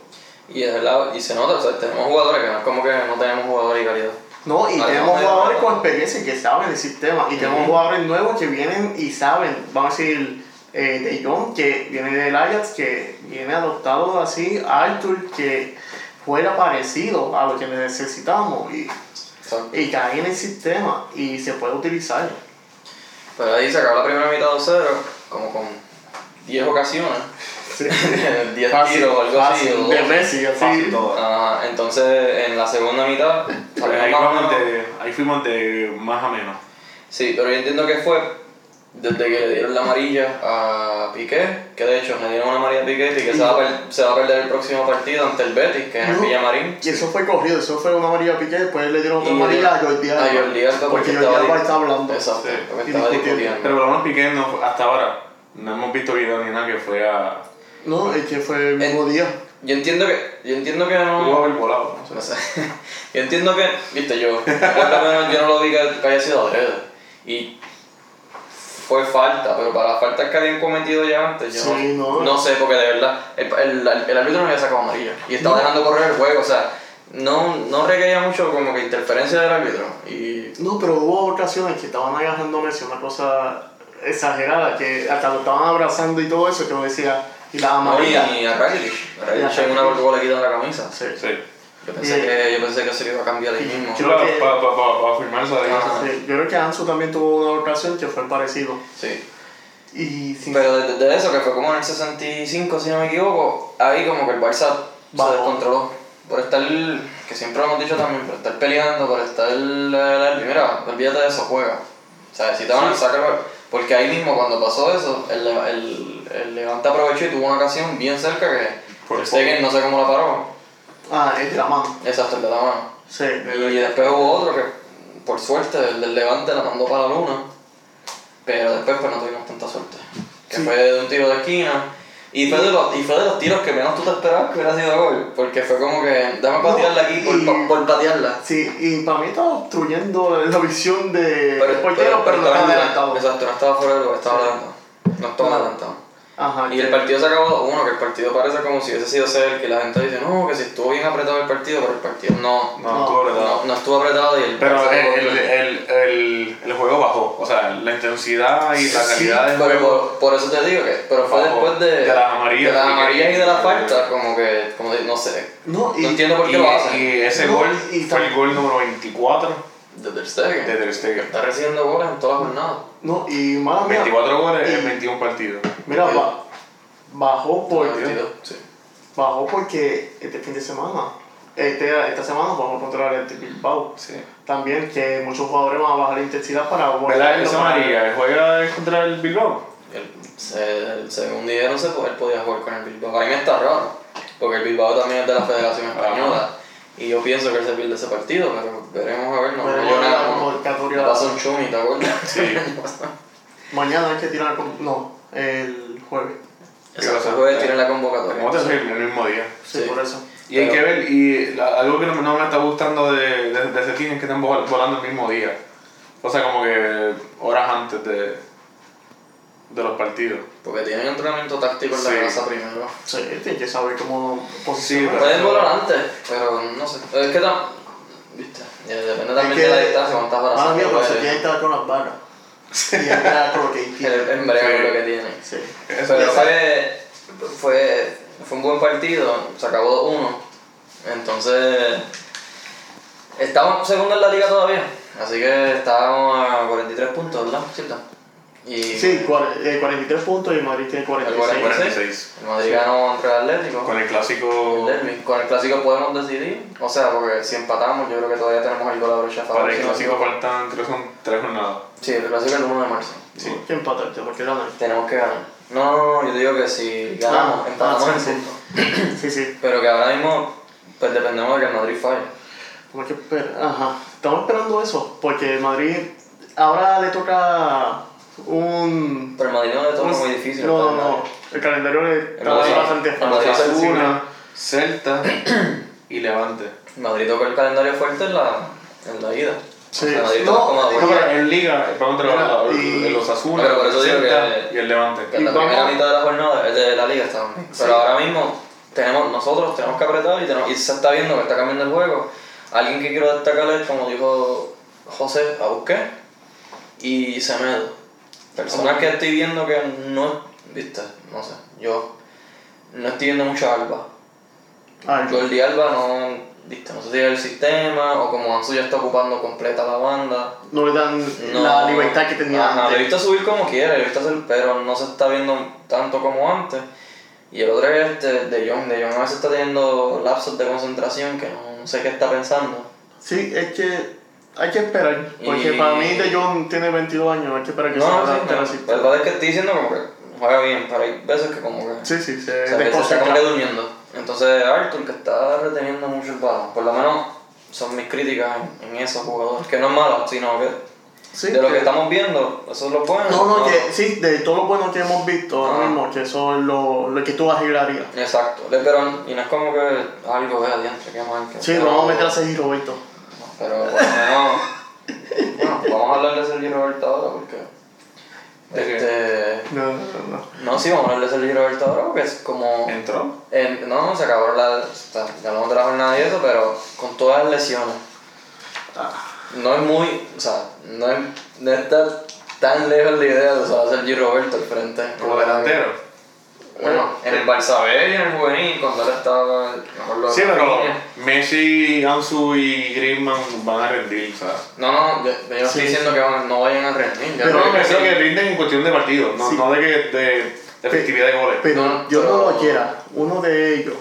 Speaker 2: Y, es la- y se nota, o sea, tenemos jugadores que no es como que no tenemos jugadores de calidad.
Speaker 3: No, y
Speaker 2: Ah,
Speaker 3: tenemos
Speaker 2: no, no,
Speaker 3: jugadores
Speaker 2: no.
Speaker 3: con experiencia y que saben el sistema. Y tenemos
Speaker 2: Ujú.
Speaker 3: jugadores nuevos que vienen y saben. Vamos a decir, eh, De Jong, que viene del Ajax, que viene adoptado así. Arthur, que juega parecido a lo que necesitamos. Y,
Speaker 2: Exacto.
Speaker 3: y cae en el sistema y se puede utilizar.
Speaker 2: Pero ahí se acabó la primera mitad 2-0, como con 10 ocasiones, 10 tiros o algo así. o
Speaker 3: de
Speaker 2: dos.
Speaker 3: Messi, así.
Speaker 1: Fácil todo.
Speaker 2: Ah, entonces en la segunda mitad
Speaker 1: Pero
Speaker 2: salimos
Speaker 1: ahí,
Speaker 2: más o menos-
Speaker 1: fuimos de, ahí fuimos de más a menos.
Speaker 2: Sí, pero yo entiendo que fue desde que le dieron la amarilla a Piqué, que de hecho me dieron una amarilla a Piqué, Piqué se va a, per- se va a perder el próximo partido ante el Betis, que es en
Speaker 3: No.
Speaker 2: Villamarín.
Speaker 3: Y eso fue corrido, eso fue una amarilla a Piqué, después le dieron otra
Speaker 2: Y-
Speaker 3: amarilla a Jordi Alba.
Speaker 2: a Jordi Alba, porque
Speaker 3: porque Jordi
Speaker 2: estaba
Speaker 3: Alba
Speaker 2: ahí.
Speaker 3: está hablando.
Speaker 2: Exacto,
Speaker 1: Sí,
Speaker 2: porque
Speaker 3: y discutiendo.
Speaker 2: estaba
Speaker 1: Pero
Speaker 2: discutiendo.
Speaker 1: por lo menos Piqué no- hasta ahora no hemos visto video ni nada que fue a.
Speaker 3: No, es que fue el mismo
Speaker 2: Eh,
Speaker 3: día.
Speaker 2: Yo entiendo que, yo entiendo que
Speaker 1: Pudo
Speaker 2: no...
Speaker 1: haber volado. no sé.
Speaker 2: no sé. yo entiendo que, viste, yo, por lo menos yo no lo vi que, que haya sido adrede. Y fue falta, pero para las faltas que habían cometido ya antes, yo
Speaker 3: Sí, no.
Speaker 2: no, no sé, porque de verdad, el, el, el árbitro no había sacado amarilla y estaba
Speaker 3: No.
Speaker 2: dejando correr el juego, o sea, no, no requería mucho como que interferencia del árbitro. Y
Speaker 3: No, pero hubo ocasiones que estaban agarrando a Messi, una cosa exagerada, que hasta lo estaban abrazando y todo eso, que no decía, y la amarilla.
Speaker 2: Y a Rakitic, a Rakitic
Speaker 3: Y a
Speaker 2: en una
Speaker 3: Rakitic.
Speaker 2: burbuja le quitan la camisa.
Speaker 3: Sí.
Speaker 1: Sí.
Speaker 2: Yo pensé,
Speaker 3: Y-
Speaker 2: que, yo pensé que se le iba a cambiar ahí
Speaker 3: Y-
Speaker 2: mismo.
Speaker 3: Yo
Speaker 1: Para,
Speaker 3: creo que-
Speaker 1: para, para, para firmar esa de
Speaker 2: Ajá.
Speaker 3: Sí, Yo creo que Ansu también tuvo una ocasión que fue parecido.
Speaker 2: Sí.
Speaker 3: Y sin-
Speaker 2: Pero desde de eso, que fue como en el 65, si no me equivoco, ahí como que el Barça
Speaker 3: Bajó.
Speaker 2: se descontroló. Por estar, que siempre lo hemos dicho también, por estar peleando, por estar. eh, mira, olvídate de eso, juega. O sea, si te van a sacar. Porque ahí mismo, cuando pasó eso, el, Leva- el, el Levante aprovechó y tuvo una ocasión bien cerca que.
Speaker 1: Por
Speaker 2: Ter Stegen no sé cómo la paró.
Speaker 3: Ah, es de la mano.
Speaker 2: Exacto, el de la mano.
Speaker 3: Sí.
Speaker 2: Y después hubo otro que, por suerte, el del Levante la mandó para la luna. Pero después pues no tuvimos tanta suerte. Que
Speaker 3: Sí.
Speaker 2: fue de un tiro de esquina. Y fue, de los, y fue de los tiros que menos tú te esperabas que hubiera sido gol. Porque fue como que, dame patearla aquí por,
Speaker 3: y-
Speaker 2: por, por patearla.
Speaker 3: Sí, y para mí estaba obstruyendo la visión de del
Speaker 2: pero-
Speaker 3: portero, pero no
Speaker 2: estaba
Speaker 3: estaba
Speaker 2: en-
Speaker 3: adelantado.
Speaker 2: Exacto, no estaba fuera del gol, estaba
Speaker 3: Sí.
Speaker 2: adelantado. No estaba adelantado.
Speaker 3: Ajá.
Speaker 2: Y el partido se acabó, uno, que el partido parece como si hubiese sido ser que la gente dice, no, que si estuvo bien apretado el partido, pero el partido no.
Speaker 1: No,
Speaker 3: No,
Speaker 1: estuvo apretado.
Speaker 2: No, no estuvo apretado y el
Speaker 1: Pero
Speaker 2: Barça
Speaker 1: el,
Speaker 2: jugó
Speaker 1: el,
Speaker 2: bien.
Speaker 1: el, el, el juego bajó, o sea, la intensidad y la
Speaker 3: Sí,
Speaker 1: calidad del
Speaker 2: Pero
Speaker 1: juego.
Speaker 2: por, por eso te digo que pero fue
Speaker 1: Ojo,
Speaker 2: después de,
Speaker 1: de las amarillas,
Speaker 2: de las
Speaker 1: sí que-
Speaker 2: amarillas y de la falta, como que, como de- no sé,
Speaker 3: No, y,
Speaker 2: no entiendo por qué
Speaker 1: Y,
Speaker 2: lo hacen.
Speaker 1: y ese
Speaker 3: No,
Speaker 1: gol
Speaker 3: y
Speaker 1: fue el
Speaker 3: tam-
Speaker 1: gol número 24
Speaker 2: de Ter
Speaker 1: de
Speaker 2: Stegen.
Speaker 1: Ter Stegen.
Speaker 2: Está recibiendo goles en todas las jornadas.
Speaker 3: no, y mala mía.
Speaker 1: 24 goles en
Speaker 3: Y-
Speaker 1: 21 partidos.
Speaker 3: Mira,
Speaker 2: Sí.
Speaker 3: ba- bajó por.
Speaker 2: Sí.
Speaker 3: Bajó porque este fin de semana, este, esta semana vamos contra el Athletic Bilbao.
Speaker 1: Sí.
Speaker 3: También que muchos jugadores van a bajar la intensidad para volver
Speaker 1: ¿Verdad? Esa María juega contra el Bilbao.
Speaker 2: El, se- el segundo día no sé, pues, él podía jugar con el Bilbao. Para mí está raro, porque el Bilbao también es de la Federación Española. Y yo pienso que él se pierde ese partido, pero veremos a ver, no
Speaker 3: Veremos
Speaker 2: no, yo
Speaker 3: la
Speaker 2: nada, no-
Speaker 3: convocatoria.
Speaker 2: no pasa un chumi, ¿te acuerdas?
Speaker 1: Sí.
Speaker 3: Mañana hay que tirar. con- No, el jueves.
Speaker 2: Exacto, puede tirar la convocatoria.
Speaker 1: ¿Cómo te haces el mismo día?
Speaker 3: Sí,
Speaker 2: Sí.
Speaker 3: por eso.
Speaker 1: Y hay
Speaker 2: Pero-
Speaker 1: que ver, y la- algo que no, no me está gustando de, de, de ese team es que están vol- volando el mismo día. O sea, como que horas antes de, de los partidos.
Speaker 2: Porque tienen entrenamiento táctico en la
Speaker 1: Sí.
Speaker 2: casa primero.
Speaker 3: Sí, tiene que saber cómo
Speaker 1: pero-
Speaker 3: posicionar.
Speaker 2: Pueden volar antes, pero no sé. Es que tam... Viste, eh, depende también
Speaker 3: que-
Speaker 2: de la distancia, cuántas horas
Speaker 3: Mala
Speaker 2: se
Speaker 3: mía, pero se
Speaker 2: puede.
Speaker 3: tiene que estar con las varas. Y entrar con lo que
Speaker 2: El-
Speaker 3: quiere.
Speaker 2: En breve
Speaker 1: Sí.
Speaker 2: lo que tiene.
Speaker 3: Sí.
Speaker 1: Eso
Speaker 2: Pero
Speaker 1: es-
Speaker 2: fue, fue, fue un buen partido, se acabó 2-1. Entonces, estamos segundo en la liga todavía. Así que estábamos a 43 puntos, ¿verdad? ¿Cierto? Y
Speaker 3: Sí, cuar- eh, 43 puntos y Madrid tiene 46.
Speaker 1: 46.
Speaker 2: el Madrid ganó contra el Atlético.
Speaker 1: Con el clásico.
Speaker 2: El derbi. Con el clásico podemos decidir. O sea, porque si empatamos, yo creo que todavía tenemos algo la brecha
Speaker 1: Para el
Speaker 2: favorable.
Speaker 1: clásico faltan tres, son tres jornadas.
Speaker 2: Sí, el clásico es el 1 de marzo.
Speaker 1: Sí.
Speaker 3: Hay que empatarte porque ganan.
Speaker 2: Tenemos que ganar. No, no, no, yo digo que si ganamos,
Speaker 3: Ah,
Speaker 2: empatamos
Speaker 3: ah,
Speaker 2: en
Speaker 3: sí,
Speaker 2: punto.
Speaker 3: Sí, sí.
Speaker 2: Pero que ahora mismo, pues dependemos de que el Madrid falle.
Speaker 3: Tenemos que esperar, ajá. Estamos esperando eso, porque Madrid ahora le toca un...
Speaker 2: Pero el Madrid no le toca
Speaker 3: un-
Speaker 2: muy difícil.
Speaker 3: Pues, No, no,
Speaker 2: está
Speaker 3: no. El calendario le está
Speaker 2: Madrid-
Speaker 3: bastante
Speaker 2: el
Speaker 3: fácil.
Speaker 2: Madrid
Speaker 1: Osasuna, Celta y Levante.
Speaker 2: Madrid tocó el calendario fuerte en la, en la ida.
Speaker 3: Sí.
Speaker 2: O sea, Madrid
Speaker 3: No,
Speaker 2: tocó como
Speaker 1: No,
Speaker 2: vuelta.
Speaker 1: pero en Liga, vamos a trabajar
Speaker 3: y-
Speaker 1: el Osasuna,
Speaker 2: Pero por eso
Speaker 1: el
Speaker 2: digo
Speaker 1: Celta
Speaker 2: que-
Speaker 1: y el Levante.
Speaker 2: Que en la
Speaker 3: Y vamos-
Speaker 2: primera mitad de la jornada de la liga estaba bien. Pero ahora mismo tenemos, nosotros tenemos que apretar y, tenemos- y se está viendo que está cambiando el juego. Alguien que quiero destacar es, como dijo José, a Busqué y Semedo. Personas que estoy viendo que no, viste, no sé, yo no estoy viendo mucho a Alba.
Speaker 3: Ay,
Speaker 2: Jordi Alba no, viste, no sé si es el sistema o como Ansu ya está ocupando completa la banda.
Speaker 3: no le dan
Speaker 2: No.
Speaker 3: la libertad que tenía
Speaker 2: Ajá, lo he
Speaker 3: antes.
Speaker 2: visto subir como quiere, lo he visto hacer, pero no se está viendo tanto como antes. Y el otro es este, De Jong. De Jong a veces está teniendo lapsos de concentración que no, sé qué está pensando.
Speaker 3: Sí, es que hay que esperar. Porque
Speaker 2: Y-
Speaker 3: para mí De Jong tiene 22 años, hay que esperar que se
Speaker 2: No, no, sí,
Speaker 3: adapte a
Speaker 2: no.
Speaker 3: la
Speaker 2: La
Speaker 3: situación.
Speaker 2: verdad es que estoy diciendo como que juega bien, pero hay veces que como que...
Speaker 3: Sí, sí, se
Speaker 2: o sea, que se está como
Speaker 3: desconcentra.
Speaker 2: que durmiendo. Entonces Arthur que está reteniendo mucho el balón, por lo menos son mis críticas en, en esos jugadores, que no es malo, sino que
Speaker 3: Sí,
Speaker 2: de lo que
Speaker 3: que-
Speaker 2: estamos viendo, eso es lo bueno.
Speaker 3: No, no,
Speaker 2: malo.
Speaker 3: que sí, de todo lo bueno que hemos visto ahora
Speaker 2: Ah.
Speaker 3: mismo, que eso es lo, lo que tú arreglarías.
Speaker 2: Exacto, le- pero y no es como que algo es adiante, qué mal que
Speaker 3: Sí,
Speaker 2: pero-
Speaker 3: vamos a meter a Sergio Roberto.
Speaker 2: no, Pero por lo menos- bueno, vamos a hablar de Sergio Roberto ahora porque.
Speaker 1: ¿De qué?
Speaker 2: este,
Speaker 3: No, no, no.
Speaker 2: no, sí, vamos a hablar de Sergio Roberto ahora porque es como.
Speaker 1: ¿Entró?
Speaker 2: en- no, se acabó la. o sea, Ya no la jornada y eso, pero con todas las lesiones.
Speaker 3: Ah,
Speaker 2: No es muy. O sea, no, es, no está tan lejos la idea de usar a Sergio Roberto al frente.
Speaker 1: Como delantero.
Speaker 2: Bueno, en el Balsabé y en el juvenil, cuando él estaba. mejor lo
Speaker 1: Sí,
Speaker 2: de la
Speaker 1: pero
Speaker 2: línea.
Speaker 1: Messi, Ansu y Griezmann van a rendir, o sea.
Speaker 2: No, no, yo, yo no estoy
Speaker 3: Sí.
Speaker 2: diciendo que van- no vayan a rendir. yo
Speaker 3: Pero
Speaker 2: creo
Speaker 1: Yo
Speaker 2: que
Speaker 1: creo
Speaker 2: sí.
Speaker 1: que rinden en cuestión de partido, no,
Speaker 3: Sí.
Speaker 1: no de, que- de, de efectividad de goles.
Speaker 3: Pero
Speaker 2: No,
Speaker 3: yo no
Speaker 2: pero-
Speaker 3: lo quiera, uno de ellos.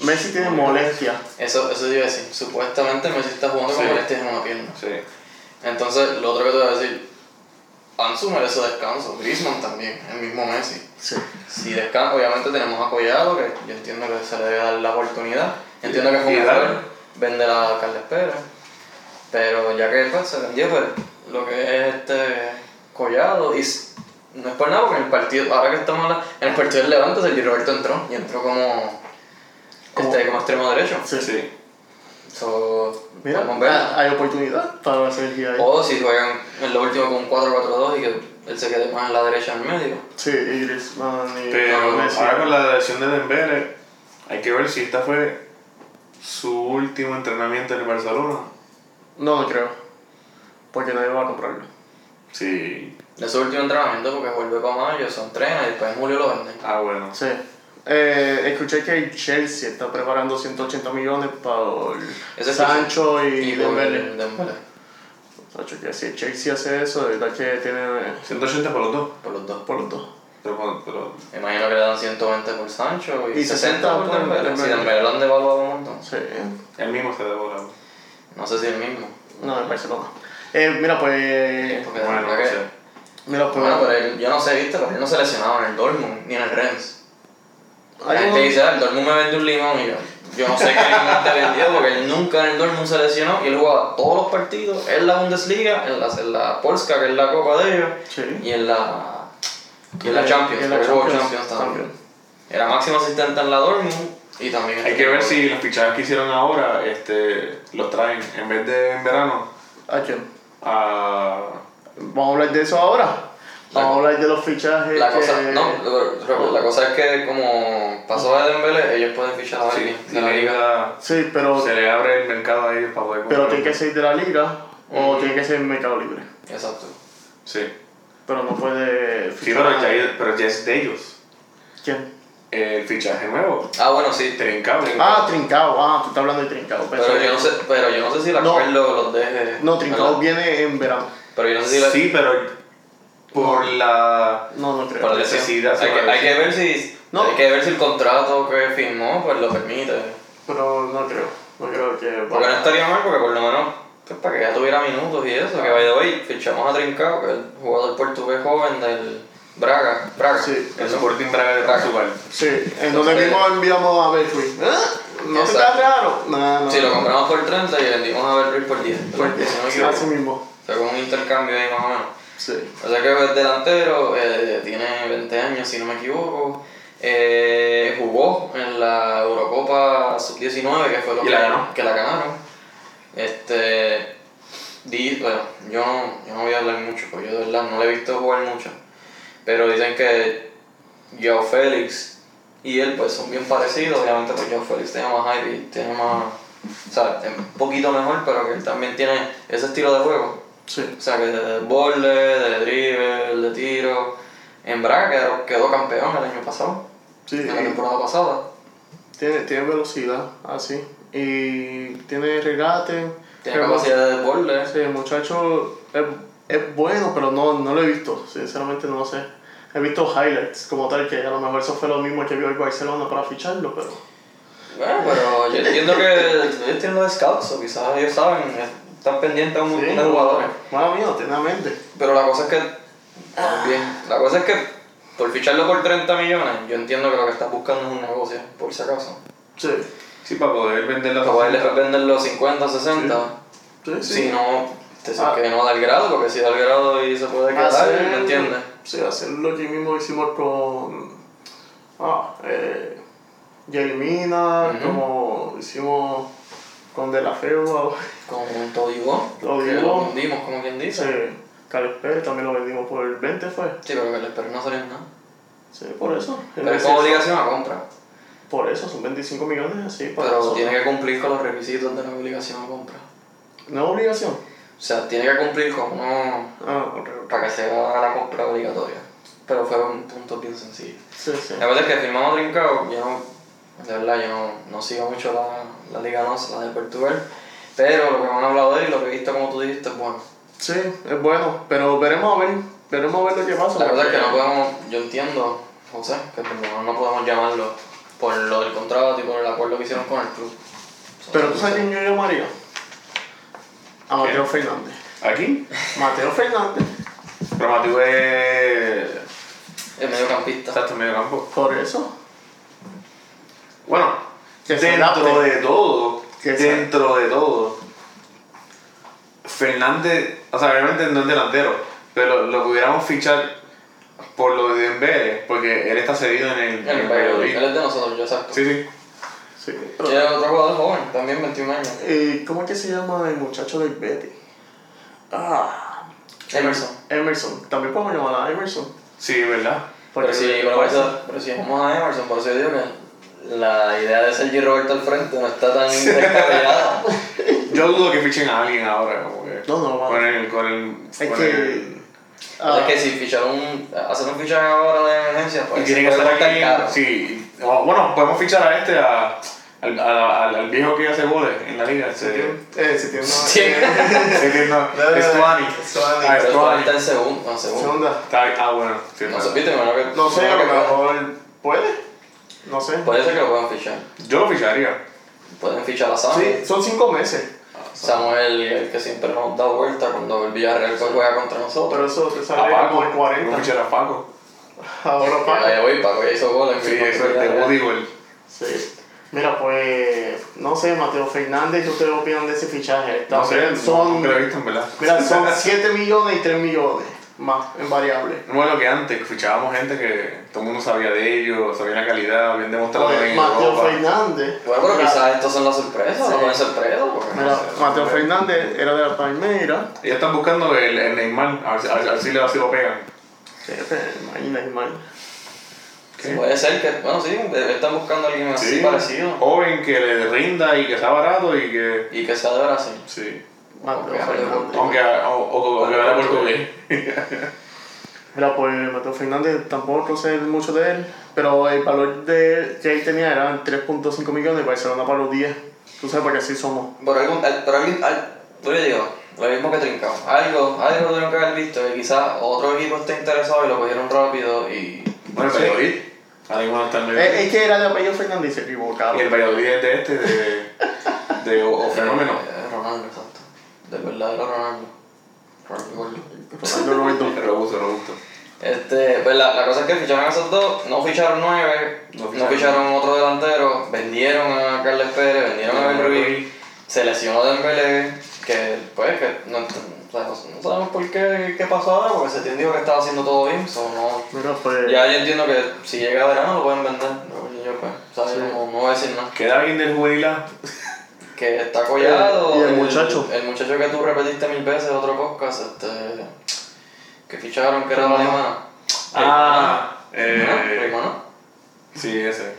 Speaker 3: Messi tiene molestia.
Speaker 2: Eso, eso te iba a decir. Supuestamente Messi está jugando con
Speaker 1: Sí.
Speaker 2: molestias en una pierna.
Speaker 1: Sí.
Speaker 2: Entonces, lo otro que te voy a decir, Ansu merece descanso, Griezmann también, el mismo Messi.
Speaker 3: Sí.
Speaker 2: Si descansa, obviamente tenemos a Collado, que yo entiendo que se le debe dar la oportunidad. Entiendo que fue
Speaker 1: Y
Speaker 2: un
Speaker 1: dale.
Speaker 2: error, vender a Carles Pérez. Pero ya que pues, se vendió, pues, lo que es este Collado, y s- no es por nada, porque en el partido, ahora que estamos habla- en el partido del Levante, Sergio Roberto entró, y entró como,
Speaker 3: Como-
Speaker 2: este, como extremo derecho.
Speaker 3: Sí, sí.
Speaker 1: Sí.
Speaker 2: So,
Speaker 3: Mira,
Speaker 2: vamos a ver. Oh.
Speaker 3: ah, hay oportunidad para Sergio ahí.
Speaker 2: O si juegan en lo último con 4-4-2 y que él se quede más en la derecha en medio.
Speaker 3: Sí, y Griezmann y
Speaker 1: Pero
Speaker 3: Messi.
Speaker 2: ah.
Speaker 1: ahora con la lesión de Dembélé, hay que ver si esta fue su último entrenamiento en el Barcelona.
Speaker 3: No, no creo. Porque nadie va a comprarlo.
Speaker 1: Sí.
Speaker 2: De su último entrenamiento porque vuelve para mayo, se entrena y después en julio lo venden.
Speaker 1: Ah, bueno.
Speaker 3: Sí. Eh, escuché que el Chelsea está preparando 180 millones para
Speaker 2: Ese es
Speaker 3: Sancho y,
Speaker 2: por
Speaker 3: Dembélé.
Speaker 2: Dembélé,
Speaker 3: Sacho, que si el Chelsea hace eso, de verdad que tiene
Speaker 1: 180 por los dos.
Speaker 2: por los dos.
Speaker 3: por los dos.
Speaker 1: Pero, pero-
Speaker 2: Me imagino que le dan 120 por Sancho y,
Speaker 3: Y
Speaker 2: 60 por Dembélé. Si
Speaker 3: Dembélé.
Speaker 2: Dembélé lo han devaluado un montón.
Speaker 3: Sí.
Speaker 1: el mismo se devora.
Speaker 2: No sé si el mismo.
Speaker 3: No, en Barcelona. Eh, mira, pues.
Speaker 2: Porque de
Speaker 1: Bueno,
Speaker 2: verdad
Speaker 1: no
Speaker 2: que-
Speaker 1: sé.
Speaker 3: Mira, pues.
Speaker 2: Bueno, pero él- yo no sé, viste, pero él no se lesionaba en el Dortmund ni en el Rennes. La
Speaker 3: hay
Speaker 2: gente
Speaker 3: un-
Speaker 2: dice, ah, el Dortmund me vendió un limón y yo, yo no sé qué limón te vendió porque él nunca en el Dortmund se lesionó y él jugaba todos los partidos en la Bundesliga, en la, en la Polska, que es la copa de ellos,
Speaker 3: Sí.
Speaker 2: y en la, y en la Champions,
Speaker 3: En la
Speaker 2: porque jugó
Speaker 3: Champions
Speaker 2: Champions también.
Speaker 3: también.
Speaker 2: Era máximo asistente en la Dortmund y también...
Speaker 1: Hay que ver si los fichajes que hicieron ahora este, los traen en vez de en verano
Speaker 3: ¿A quién?
Speaker 1: a.
Speaker 3: Vamos a hablar de eso ahora.
Speaker 2: La
Speaker 3: Vamos a hablar de los fichajes.
Speaker 2: La cosa,
Speaker 3: que-
Speaker 2: no, pero la cosa es que como pasó a Dembélé, ellos pueden fichar a
Speaker 1: Sí,
Speaker 2: alguien
Speaker 1: si
Speaker 2: de la
Speaker 1: le
Speaker 2: liga.
Speaker 1: da-
Speaker 3: Sí, pero,
Speaker 1: se le abre el mercado a ellos para poder
Speaker 3: pero
Speaker 1: comprar.
Speaker 3: tiene que ser de la liga o
Speaker 2: Ujú.
Speaker 3: tiene que ser mercado libre.
Speaker 2: Exacto.
Speaker 1: Sí.
Speaker 3: Pero no puede
Speaker 1: Sí,
Speaker 3: fichar.
Speaker 2: Ah.
Speaker 1: pero
Speaker 3: a-
Speaker 1: ya, pero ya es de ellos.
Speaker 3: ¿Quién?
Speaker 1: El fichaje nuevo.
Speaker 2: Ah, bueno, sí.
Speaker 1: Trincao.
Speaker 3: Ah, Trincao. Ah, tú estás hablando de Trincao.
Speaker 2: Pero yo no sé, pero yo no sé si la
Speaker 3: No.
Speaker 2: acuerdo los deje.
Speaker 3: No, Trincao
Speaker 2: ¿verdad?
Speaker 3: viene en verano.
Speaker 2: Pero yo no sé si la.
Speaker 1: Sí, pero por la.
Speaker 3: No, no creo.
Speaker 2: por la
Speaker 1: necesidad,
Speaker 2: lesión. Hay
Speaker 1: sobre
Speaker 2: que,
Speaker 1: la
Speaker 2: hay que ver si.
Speaker 3: No.
Speaker 2: Hay que ver si el contrato que firmó pues lo permite.
Speaker 3: Pero no creo. No creo que.
Speaker 2: Porque no estaría mal porque por lo menos. pues, para que ya tuviera minutos y eso.
Speaker 3: Ah.
Speaker 2: Que by the way, fichamos a Trincao, que es el jugador portugués joven del Braga. Braga.
Speaker 3: Sí,
Speaker 1: El
Speaker 2: Eso.
Speaker 1: Sporting Braga de Portugal.
Speaker 3: Sí, en donde
Speaker 2: Entonces-
Speaker 3: mismo enviamos a Betway. ¿Ah? ¿No te
Speaker 2: Exacto.
Speaker 3: queda raro? No, no.
Speaker 2: Sí, lo compramos por 30 y vendimos a Berlín por 10. ¿verdad?
Speaker 3: Porque
Speaker 2: Si no me
Speaker 3: sí,
Speaker 2: equivoco.
Speaker 3: así mismo.
Speaker 2: O sea, con un intercambio ahí más o menos.
Speaker 3: Sí.
Speaker 2: O sea que es delantero, eh, tiene 20 años si no me equivoco. Eh, jugó en la Eurocopa la sub-19, que fue lo
Speaker 1: Y
Speaker 2: que
Speaker 1: la ganó.
Speaker 2: que la ganaron. Este, di- bueno, yo, no- yo no voy a hablar mucho, porque yo de verdad no le he visto jugar mucho. Pero dicen que Joao Félix y él pues son bien parecidos, obviamente pues Joao Félix tiene más aire y tiene más, o sea, es un poquito mejor, pero que él también tiene ese estilo de juego.
Speaker 3: Sí.
Speaker 2: O sea, que de borde, de dribble, de tiro. En Braga quedó, quedó campeón el año pasado,
Speaker 3: Sí,
Speaker 2: en la
Speaker 3: y
Speaker 2: temporada pasada.
Speaker 3: tiene, tiene velocidad, así. Y tiene regate.
Speaker 2: Tiene
Speaker 3: rebote.
Speaker 2: capacidad de borde.
Speaker 3: Sí, el muchacho es, es bueno, pero no, no lo he visto, sinceramente no lo sé. He visto highlights como tal, que a lo mejor eso fue lo mismo que vio el Barcelona para ficharlo, pero...
Speaker 2: Bueno, pero yo entiendo que ellos tienen los scouts, o quizás ellos saben, están pendientes a un montón de jugadores.
Speaker 3: Mala mía, tiene la mente.
Speaker 2: Pero la cosa es que. Bien, la cosa es que por ficharlo por 30 millones, yo entiendo que lo que estás buscando es un negocio, por si acaso.
Speaker 3: Sí,
Speaker 1: Sí, para poder vender las
Speaker 2: Para poder después vender los 50, 60.
Speaker 3: sí, sí.
Speaker 2: Si no, te
Speaker 3: Ah.
Speaker 2: que no da el grado, porque si da el grado y se puede quedar,
Speaker 3: Hacer-
Speaker 2: ¿me entiendes?
Speaker 3: Sí, hacer lo que mismo hicimos con... Ah, eh... Yelimina,
Speaker 2: Ujú.
Speaker 3: como hicimos con De La Feo,
Speaker 2: Como un Todibón,
Speaker 3: Todibó.
Speaker 2: que lo hundimos, como quien dice. Sí,
Speaker 3: sí. Carlos Pérez también lo vendimos por el 20, fue.
Speaker 2: pero que el Perú no salió en nada.
Speaker 3: Sí, por eso.
Speaker 2: Pero es como obligación a compra.
Speaker 3: Por eso, son 25 millones así. Para
Speaker 2: Pero
Speaker 3: eso.
Speaker 2: tiene que cumplir con los requisitos de la obligación a compra.
Speaker 3: No es obligación.
Speaker 2: O sea, tiene que cumplir con uno
Speaker 3: Ah, ok, ok.
Speaker 2: para que sea la compra obligatoria. Pero fue un punto bien sencillo.
Speaker 3: Sí, sí.
Speaker 2: La verdad es que firmamos Trincao, yo no, de verdad yo no, no sigo mucho la, la Liga Nosa, la de Portugal. Pero lo que me han hablado de él y lo que he visto, como tú dijiste, es bueno.
Speaker 3: Sí, es bueno, pero veremos a ver, veremos a ver lo que pasa.
Speaker 2: La verdad es que no
Speaker 3: porque-
Speaker 2: podemos, yo entiendo, José, que como no podemos llamarlo por lo del contrato y por el acuerdo que hicieron con el club.
Speaker 3: Pero tú sabes quién yo llamaría. A Mateo Fernández.
Speaker 1: Aquí,
Speaker 3: Mateo Fernández,
Speaker 1: pero Mateo es.
Speaker 2: El mediocampista.
Speaker 1: Exacto, medio campo.
Speaker 3: por eso.
Speaker 1: Bueno,
Speaker 3: Que se
Speaker 1: dentro
Speaker 3: adapte.
Speaker 1: de todo,
Speaker 3: Que se-
Speaker 1: dentro de todo, Fernández, o sea, obviamente no es delantero, pero lo pudiéramos fichar por lo de Dembélé, porque él está cedido en el, en
Speaker 2: El
Speaker 1: el
Speaker 2: Bayern,
Speaker 1: Valladolid.
Speaker 2: él es de nosotros, yo exacto.
Speaker 1: Sí, sí.
Speaker 3: Sí,
Speaker 2: Y
Speaker 3: pero-
Speaker 2: era otro jugador joven, también 21 años.
Speaker 3: Eh, ¿Cómo es que se llama el muchacho del Betty? Ah.
Speaker 2: Emerson.
Speaker 3: Emerson. También podemos llamar a Emerson.
Speaker 1: Sí, ¿verdad?
Speaker 2: Pero si, pero, eso- pero si vamos a Emerson, por eso yo digo que la idea de Sergi Roberto al frente no está tan descabellada.
Speaker 1: Yo dudo que fichen a alguien ahora, como que.
Speaker 3: No, no, vamos.
Speaker 1: Con el. Con el,
Speaker 3: Es
Speaker 1: con
Speaker 3: que.
Speaker 1: el-
Speaker 2: O sea,
Speaker 3: ah,
Speaker 2: que si ficharon un, hacer un fichaje ahora de emergencia,
Speaker 1: y
Speaker 2: pues
Speaker 1: tiene
Speaker 2: se
Speaker 1: que
Speaker 2: puede
Speaker 1: ser
Speaker 2: costar
Speaker 1: alguien.
Speaker 2: caro.
Speaker 1: Sí. O, bueno, podemos fichar a este, a, al, a- al- al viejo que hace goles en la liga.
Speaker 3: se
Speaker 1: Ese,
Speaker 3: tiene- eh, se tiene una-
Speaker 2: Sí.
Speaker 3: eh,
Speaker 1: ese que no. Stuani.
Speaker 3: Stuani.
Speaker 1: Ah,
Speaker 2: Pero
Speaker 1: Stuani.
Speaker 2: está en segundo, no, segundo.
Speaker 3: Segunda.
Speaker 1: Está- Ah, bueno. sí,
Speaker 2: No
Speaker 1: bueno.
Speaker 2: sé, viste, bueno, que,
Speaker 3: No sé, a lo
Speaker 2: bueno, que
Speaker 3: mejor puede. No sé.
Speaker 2: puede ser que lo puedan fichar.
Speaker 1: Yo lo ficharía.
Speaker 2: Pueden fichar a Samuel.
Speaker 3: Sí, son cinco meses.
Speaker 2: Samuel, el que siempre nos da vuelta cuando el Villarreal juega contra nosotros.
Speaker 3: Pero eso te
Speaker 1: A
Speaker 2: Ah,
Speaker 3: sale como
Speaker 1: Paco.
Speaker 3: el
Speaker 1: Yo
Speaker 3: 40.
Speaker 1: ficharía a Paco.
Speaker 3: Ahora
Speaker 2: Ahí
Speaker 3: paga.
Speaker 2: voy, Paco eh. ya hizo goles.
Speaker 1: Sí,
Speaker 2: firmó
Speaker 1: eso
Speaker 2: con
Speaker 1: es de
Speaker 2: Villarreal.
Speaker 1: voleibol.
Speaker 3: Sí. Mira, pues, no sé, Mateo Fernández, ¿qué ustedes opinan de ese fichaje?
Speaker 1: No sé,
Speaker 3: También son,
Speaker 1: nunca lo he visto, en verdad.
Speaker 3: mira, son 7 millones y 3 millones más en variable.
Speaker 1: Bueno, que antes que fichábamos gente que todo el mundo sabía de ellos, sabía la calidad, habían demostrado
Speaker 3: Pues,
Speaker 1: bien en
Speaker 3: Mateo
Speaker 1: Europa.
Speaker 3: Fernández.
Speaker 2: Bueno, pero
Speaker 3: mira,
Speaker 2: quizás estos son las sorpresas,
Speaker 3: Sí.
Speaker 2: no pueden sorpresas. porque no
Speaker 3: mira,
Speaker 2: sé.
Speaker 3: Mateo Fernández era de la Palmeira.
Speaker 1: Ellos están buscando el, el Neymar, a ver, si- a ver si le- a ver si lo pegan.
Speaker 3: Sí, imagina, imagina.
Speaker 1: ¿Qué?
Speaker 2: Puede ser que, bueno, sí, de- están buscando a alguien así
Speaker 1: Sí,
Speaker 2: parecido
Speaker 1: Joven que le rinda y que sea barato y que.
Speaker 2: y que sea de Brasil.
Speaker 1: Sí.
Speaker 3: Mateo
Speaker 2: Ok, vale,
Speaker 3: Fernández.
Speaker 1: Aunque. O, o, o que hable portugués.
Speaker 3: Mira, pues Mateo Fernández tampoco sé mucho de él, pero el valor de él que él tenía eran 3.5 millones y Barcelona para los 10. Tú sabes porque así somos.
Speaker 2: Por algún, al- por alguien, al- yo le digo, lo mismo que Trincao. Algo, algo tuvieron que haber visto que quizás otro equipo esté interesado y lo cogieron rápido y.
Speaker 1: Bueno, el
Speaker 3: Sí.
Speaker 1: Valladolid. Ahora mismo no está en
Speaker 3: Es,
Speaker 1: el
Speaker 3: Eh, es que era de apellido Fernández y se equivocaron.
Speaker 1: Y el Valladolid es de este, de. de o, o Fenómeno.
Speaker 2: Eh, Ronaldo, exacto. Del verdadero Ronaldo. Ronaldo Gordo.
Speaker 3: Ronaldo Roberto.
Speaker 1: Robusto, robusto.
Speaker 2: Este, pues la, la cosa es que ficharon a esos dos, no ficharon nueve,
Speaker 1: No
Speaker 2: no
Speaker 1: ficharon.
Speaker 2: ficharon, otro delantero, vendieron a Carles Pérez, vendieron a Ben Ruiz, se lesionó Dembélé, que pues que no, ent- o sea, no- no sabemos por qué, qué pasó ahora, porque se entendió que estaba haciendo todo bien, so, no.
Speaker 3: Mira, pues.
Speaker 2: Ya yo entiendo que si llega verano lo pueden vender, pero yo pues, ¿sabes?
Speaker 3: Sí.
Speaker 2: No, no voy a decir nada.
Speaker 1: ¿Queda alguien del juvenil A?
Speaker 2: Que está collado.
Speaker 3: Y el muchacho.
Speaker 2: El muchacho que tú repetiste mil veces en otro podcast, este. Que ficharon que era la alemana.
Speaker 1: Ah,
Speaker 2: Raymana,
Speaker 1: eh,
Speaker 2: Raymana.
Speaker 1: sí, ese.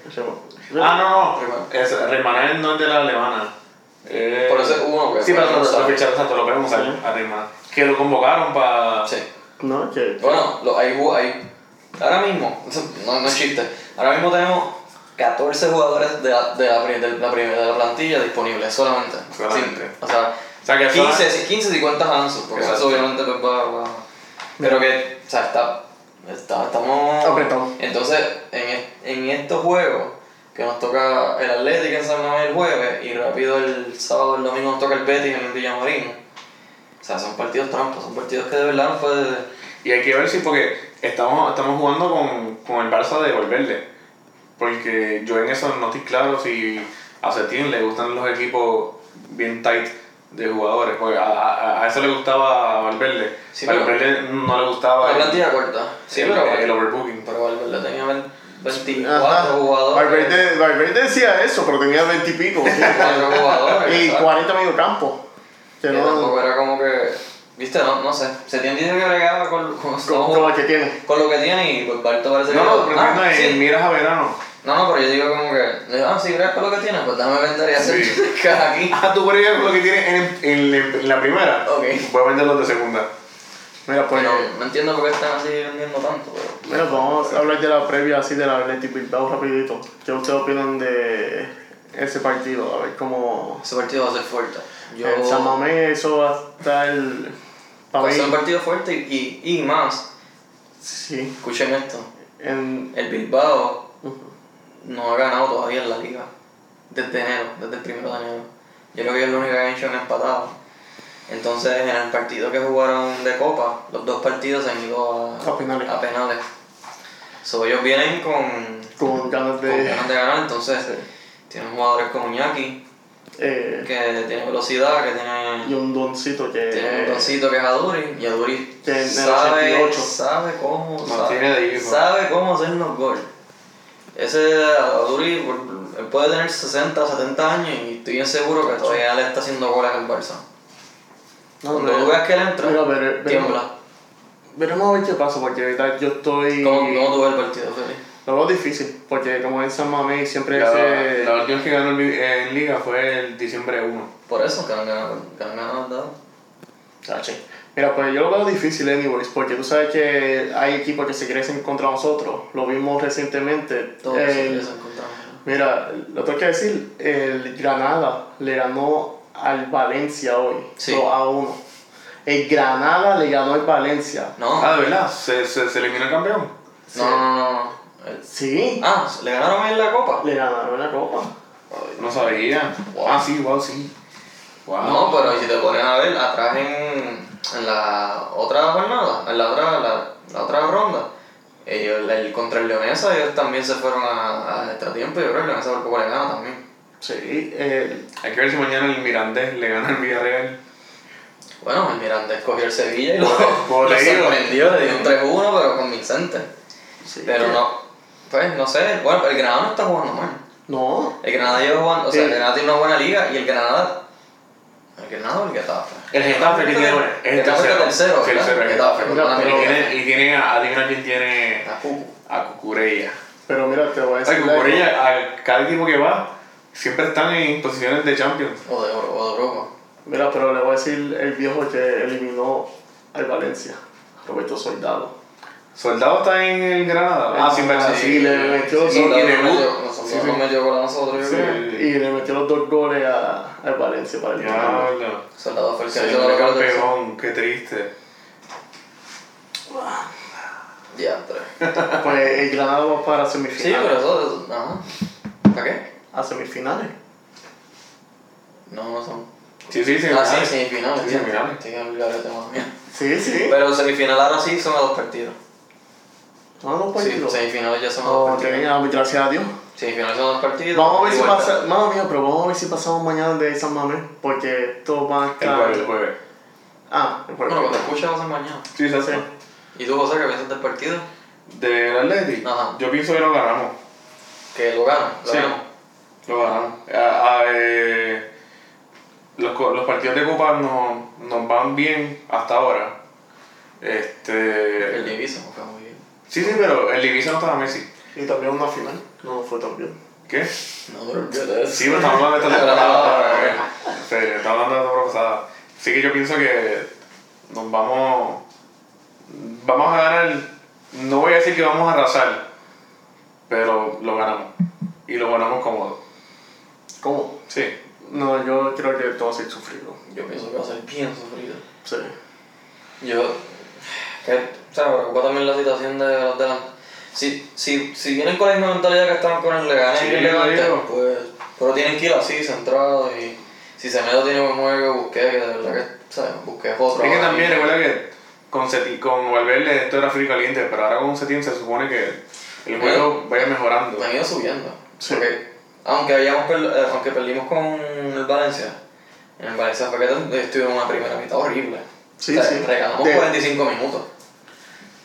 Speaker 1: Ah, no, no. Es, Reimanel no es de la alemana. Eh,
Speaker 2: Por eso es uno que
Speaker 1: Sí, pero
Speaker 2: no
Speaker 1: lo
Speaker 2: sabe.
Speaker 1: ficharon, exacto, lo podemos usar
Speaker 3: Sí.
Speaker 1: a Reimanel. Que lo convocaron para.
Speaker 2: Sí.
Speaker 3: No, que.
Speaker 2: Bueno, Oh, lo- hay, ju- hay- ahora mismo, no, no es chiste, ahora mismo tenemos 14 jugadores de la, de la, pri- de la, pri- de la plantilla disponibles solamente.
Speaker 1: Solamente.
Speaker 2: Sí, o sea,
Speaker 1: O sea, que
Speaker 2: 15, si- 15 si cuentas a Ansu, porque
Speaker 1: Exacto.
Speaker 2: eso obviamente pues va, va- Pero que, o sea, está, está- estamos...
Speaker 3: Apretado.
Speaker 2: Entonces, en, es- en estos juegos, que nos toca el Atlético en San Manuel el jueves, y rápido el sábado, el domingo nos toca el Betis en el Villamorín. O sea, son partidos trampas, son partidos que de verdad no fue... de-
Speaker 1: Y hay que ver si, porque estamos, estamos jugando con, con el Barça de volverle. Porque yo en eso no estoy claro si a Setín le gustan los equipos bien tight de jugadores. Porque a, a- a eso le gustaba a Valverde.
Speaker 2: Sí,
Speaker 1: a
Speaker 2: pero-
Speaker 1: Valverde no le gustaba
Speaker 2: La
Speaker 1: el,
Speaker 2: plantilla corta. Sí,
Speaker 1: el-
Speaker 2: pero
Speaker 1: el
Speaker 2: Valverde,
Speaker 1: overbooking.
Speaker 2: pero Valverde tenía ve- 24
Speaker 3: Ajá.
Speaker 2: jugadores.
Speaker 3: Valverde, Valverde decía eso, pero tenía 20 y pico. sí.
Speaker 2: 24 jugadores.
Speaker 3: y
Speaker 2: ¿sabes?
Speaker 3: 40 medio campo. Que
Speaker 2: Que
Speaker 3: no.
Speaker 2: tampoco era como que. Viste, no, no sé. Se tiene que agregar con, con, con-
Speaker 3: Como, como el que tiene.
Speaker 2: con lo que tiene y pues Barto parece
Speaker 1: No,
Speaker 2: que.
Speaker 1: no, pero
Speaker 2: Ah,
Speaker 1: entiendo, eh,
Speaker 2: sí.
Speaker 1: miras a verano.
Speaker 2: no, no, pero yo digo como que. Ah, si crees con lo que tiene, pues déjame vender y hacer
Speaker 1: Sí.
Speaker 2: caja aquí.
Speaker 1: Ah, tú puedes ver lo que tiene en, en- en la primera.
Speaker 2: Ok.
Speaker 1: Voy a vender los de segunda.
Speaker 3: Mira, pues.
Speaker 2: Bueno, no entiendo por qué están así vendiendo tanto, pero.
Speaker 3: Mira, pues vamos a hablar de la previa así de la Atlético Bilbao rapidito. ¿Qué ustedes opinan de ese partido? A ver cómo...
Speaker 2: Ese partido va a ser fuerte. Yo.
Speaker 3: En San Mamés eso va a estar... Para
Speaker 2: Va a
Speaker 3: mí,
Speaker 2: ser un partido fuerte y, y, y más.
Speaker 3: sí.
Speaker 2: Escuchen esto.
Speaker 3: En,
Speaker 2: El Bilbao no ha ganado todavía en la liga. Desde enero, desde el primero de enero. Yo creo que es la única que han hecho en empatado. Entonces, en el partido que jugaron de Copa, los dos partidos se han ido a,
Speaker 3: A penales.
Speaker 2: a penales. So, ellos vienen con,
Speaker 3: con ganas
Speaker 2: con
Speaker 3: de...
Speaker 2: ganas de ganar, entonces tienen jugadores como Iñaki,
Speaker 3: eh,
Speaker 2: que tiene velocidad, que tiene,
Speaker 3: y un doncito que...
Speaker 2: tiene un botoncito que es Aduri, y Aduri
Speaker 3: Que en Eh, el
Speaker 2: sabe,
Speaker 3: 88.
Speaker 2: sabe cómo
Speaker 1: No
Speaker 2: sabe,
Speaker 1: tiene de hijo.
Speaker 2: sabe cómo hacernos gol. Ese Aduri por- él puede tener 60 o 70 años y estoy bien seguro que todavía le está haciendo goles al Barça.
Speaker 3: No,
Speaker 2: Cuando
Speaker 3: no.
Speaker 2: tú veas que él entra,
Speaker 3: Mira, pero- pero-
Speaker 2: tiembla.
Speaker 3: Veremos a ver qué pasa, porque de verdad yo estoy...
Speaker 2: ¿Cómo, cómo tú ves el partido, Felipe?
Speaker 3: Lo veo difícil, porque como en San Mamés siempre
Speaker 1: La,
Speaker 3: se...
Speaker 1: la última vez que ganó el Bi- en Liga fue el diciembre 1.
Speaker 2: Por eso que han ganado, que han ganado ¿verdad?
Speaker 3: Chache. Mira, pues yo lo veo difícil, anyways, porque tú sabes que hay equipos que se crecen contra nosotros. Lo vimos recientemente.
Speaker 2: Todos
Speaker 3: El-
Speaker 2: los que se encontraron.
Speaker 3: mira, lo tengo que decir, el Granada le ganó al Valencia hoy,
Speaker 2: Sí.
Speaker 3: 2 a 1. El Granada le ganó al Valencia.
Speaker 2: No,
Speaker 1: Ah,
Speaker 2: no,
Speaker 1: de verdad, se, se, se eliminó el campeón.
Speaker 3: Sí.
Speaker 2: no, no, no. El-
Speaker 3: Sí,
Speaker 2: Ah, ¿le ganaron en la copa?
Speaker 3: le ganaron la copa.
Speaker 1: No sabía.
Speaker 2: Wow.
Speaker 1: Ah, sí, wow, sí. Wow.
Speaker 2: No, pero si te pones a ver, atrás en, en la otra jornada, en la otra, la, la otra ronda, ellos, el, el- contra el Leonesa, ellos también se fueron a, a extratiempo y yo creo que el Leonesa por poco le gana también.
Speaker 3: Sí, el-
Speaker 1: Hay que ver si mañana el Mirandés le gana al Villarreal.
Speaker 2: Bueno, el Mirandés cogió el Sevilla y lo,
Speaker 1: Como
Speaker 2: lo
Speaker 1: te digo.
Speaker 2: sorprendió, le dio un 3-1, pero convincente.
Speaker 3: sí.
Speaker 2: Pero no, pues no sé, bueno, el Granada no está jugando mal.
Speaker 3: No,
Speaker 2: El Granada lleva jugando, o sea, el
Speaker 3: Sí.
Speaker 2: Granada tiene una buena liga y el Granada. ¿El Granada o el Getafe?
Speaker 1: El Getafe que tiene- el
Speaker 2: El Getafe está
Speaker 1: tercero.
Speaker 2: tercero,
Speaker 1: Sí, el
Speaker 2: ¿verdad?
Speaker 1: tercero.
Speaker 2: El Getafe,
Speaker 3: Mira,
Speaker 2: perdóname.
Speaker 1: Y
Speaker 3: pero-
Speaker 1: tiene, y tiene a, adivina quién tiene
Speaker 2: La Cucu.
Speaker 1: a Cucurella.
Speaker 3: pero mira, te voy a decir.
Speaker 1: Ay,
Speaker 3: algo.
Speaker 1: Cucurella, a cada equipo que va, siempre están en posiciones de Champions.
Speaker 2: O de, Euro- o de Europa.
Speaker 3: Mira, pero le voy a decir el viejo que eliminó al Valencia, Roberto Soldado.
Speaker 1: Soldado está en el Granada. Ah, sí, en verdad,
Speaker 3: Sí,
Speaker 1: sí.
Speaker 3: le metió
Speaker 2: Sí,
Speaker 1: y
Speaker 3: dos-
Speaker 2: claro,
Speaker 1: debut.
Speaker 2: no metió- no,
Speaker 1: Sí,
Speaker 2: no
Speaker 1: sí.
Speaker 2: metió gol a nosotros, yo
Speaker 1: Sí.
Speaker 2: creo.
Speaker 3: y le metió los dos goles a- al Valencia para el
Speaker 1: Ya,
Speaker 3: título.
Speaker 1: no.
Speaker 2: Soldado fue el que
Speaker 1: Se
Speaker 2: hizo los
Speaker 1: el
Speaker 2: goles.
Speaker 1: campeón, qué triste.
Speaker 2: Diantre.
Speaker 3: Pues el Granada va para
Speaker 2: Sí, pero
Speaker 3: semifinales.
Speaker 2: eso, eso- ajá. ¿Para qué?
Speaker 3: a semifinales.
Speaker 2: No, no son.
Speaker 1: Sí, sí, sí.
Speaker 2: ah, sí, semifinales.
Speaker 1: Sí,
Speaker 2: sí.
Speaker 1: semifinales.
Speaker 2: Tengo que olvidar el tema mía.
Speaker 3: Sí, sí.
Speaker 2: Pero semifinal ahora sí son a dos partidos.
Speaker 3: No, no,
Speaker 2: Sí,
Speaker 3: partidos.
Speaker 2: semifinales ya son a dos
Speaker 3: No, pues,
Speaker 2: partidos.
Speaker 3: tenía, gracias a Dios.
Speaker 2: Semifinales son a dos partidos.
Speaker 3: Vamos a ver
Speaker 2: y
Speaker 3: si
Speaker 2: vuelta.
Speaker 3: pasa, mala mía, pero vamos a ver si pasamos mañana de San Mamés, porque esto va a
Speaker 1: El jueves, el
Speaker 3: estar.
Speaker 1: jueves.
Speaker 3: Ah, el
Speaker 2: Bueno,
Speaker 3: jueves.
Speaker 2: cuando escuchas va a ser mañana.
Speaker 1: Sí, exacto.
Speaker 3: Sí.
Speaker 2: ¿Y tú, José, qué piensas del partido?
Speaker 1: Del Atleti.
Speaker 2: Ajá.
Speaker 1: Yo pienso que lo ganamos.
Speaker 2: Que lo ganan. Lo
Speaker 1: Sí.
Speaker 2: ganamos.
Speaker 1: Lo ganamos. A- a- eh, los, co- los partidos de Copa no- nos van bien hasta ahora.
Speaker 2: El de
Speaker 1: Este.
Speaker 2: Ibiza nos fue muy bien.
Speaker 1: Sí, sí, pero el Ibiza no estaba Messi.
Speaker 3: Y también una final. No fue tan bien.
Speaker 1: ¿Qué?
Speaker 2: No, pero olvídate de eso.
Speaker 1: Sí, pero estamos hablando de esta
Speaker 2: Ah.
Speaker 1: temporada. eh. Sí, estamos hablando de la temporada pasada. Así que yo pienso que nos vamos. Vamos a ganar. No voy a decir que vamos a arrasar, pero lo ganamos. Y lo ganamos cómodo.
Speaker 3: ¿Cómo?
Speaker 1: Sí.
Speaker 3: No, yo creo que todo se sufrido.
Speaker 2: Yo pienso que va a ser bien sufrido.
Speaker 3: Sí.
Speaker 2: Yo, que, o sea, me preocupa también la situación de los delanteros. Si, si, si vienen con la misma mentalidad que estaban con el Leganés
Speaker 1: Sí,
Speaker 2: y el
Speaker 1: yo
Speaker 2: Levante,
Speaker 1: digo.
Speaker 2: pues, pero tienen que ir así, centrados y si Semedo tiene buen juego, busqué, que de verdad que, ¿sabes? Busqué otro.
Speaker 1: Es que
Speaker 2: ahí.
Speaker 1: también recuerda que con, Seti- con Valverde esto era frío y caliente, pero ahora con Setien se supone que el juego vaya mejorando.
Speaker 2: Me han ido subiendo.
Speaker 3: Sí.
Speaker 2: Porque, aunque, habíamos perl- eh, aunque perdimos con el Valencia, en el Valencia fue que estuvimos en una primera mitad horrible.
Speaker 3: Sí,
Speaker 2: O sea,
Speaker 3: sí.
Speaker 2: Regalamos
Speaker 3: De-
Speaker 2: 45 minutos.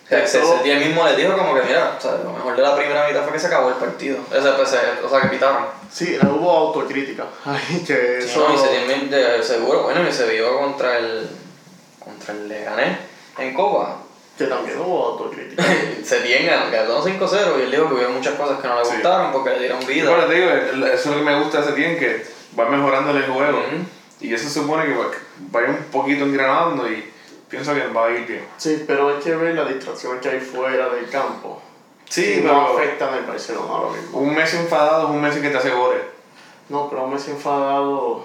Speaker 2: O sea,
Speaker 3: De
Speaker 2: ese,
Speaker 3: todo.
Speaker 2: ese día mismo les dijo como que mira, o sea, lo mejor de la primera mitad fue que se acabó el partido. Ese, pues, se- o sea, que pitaron.
Speaker 3: Sí, no hubo autocrítica. Ay, que eso.
Speaker 2: No, y se tiene de seguro, bueno, y se vio contra el. contra el Leganés en Copa.
Speaker 3: Que también hubo autocrítica.
Speaker 2: se tiene ganó 5-0 y él dijo que hubo muchas cosas que no le
Speaker 1: Sí.
Speaker 2: gustaron porque le dieron
Speaker 1: Y
Speaker 2: vida.
Speaker 1: bueno, te digo, el- eso es lo que me gusta de Setien, que va mejorando el juego.
Speaker 2: Ujú.
Speaker 1: Y eso supone que va- vaya un poquito engranando y pienso que va a ir bien.
Speaker 3: Sí, pero hay que ver la distracción que hay fuera del campo.
Speaker 1: Sí,
Speaker 3: no
Speaker 1: pero
Speaker 3: afectan al Barcelona ahora mismo.
Speaker 1: un mes enfadado es un mes que te hace goles.
Speaker 3: No, pero me he enfadado.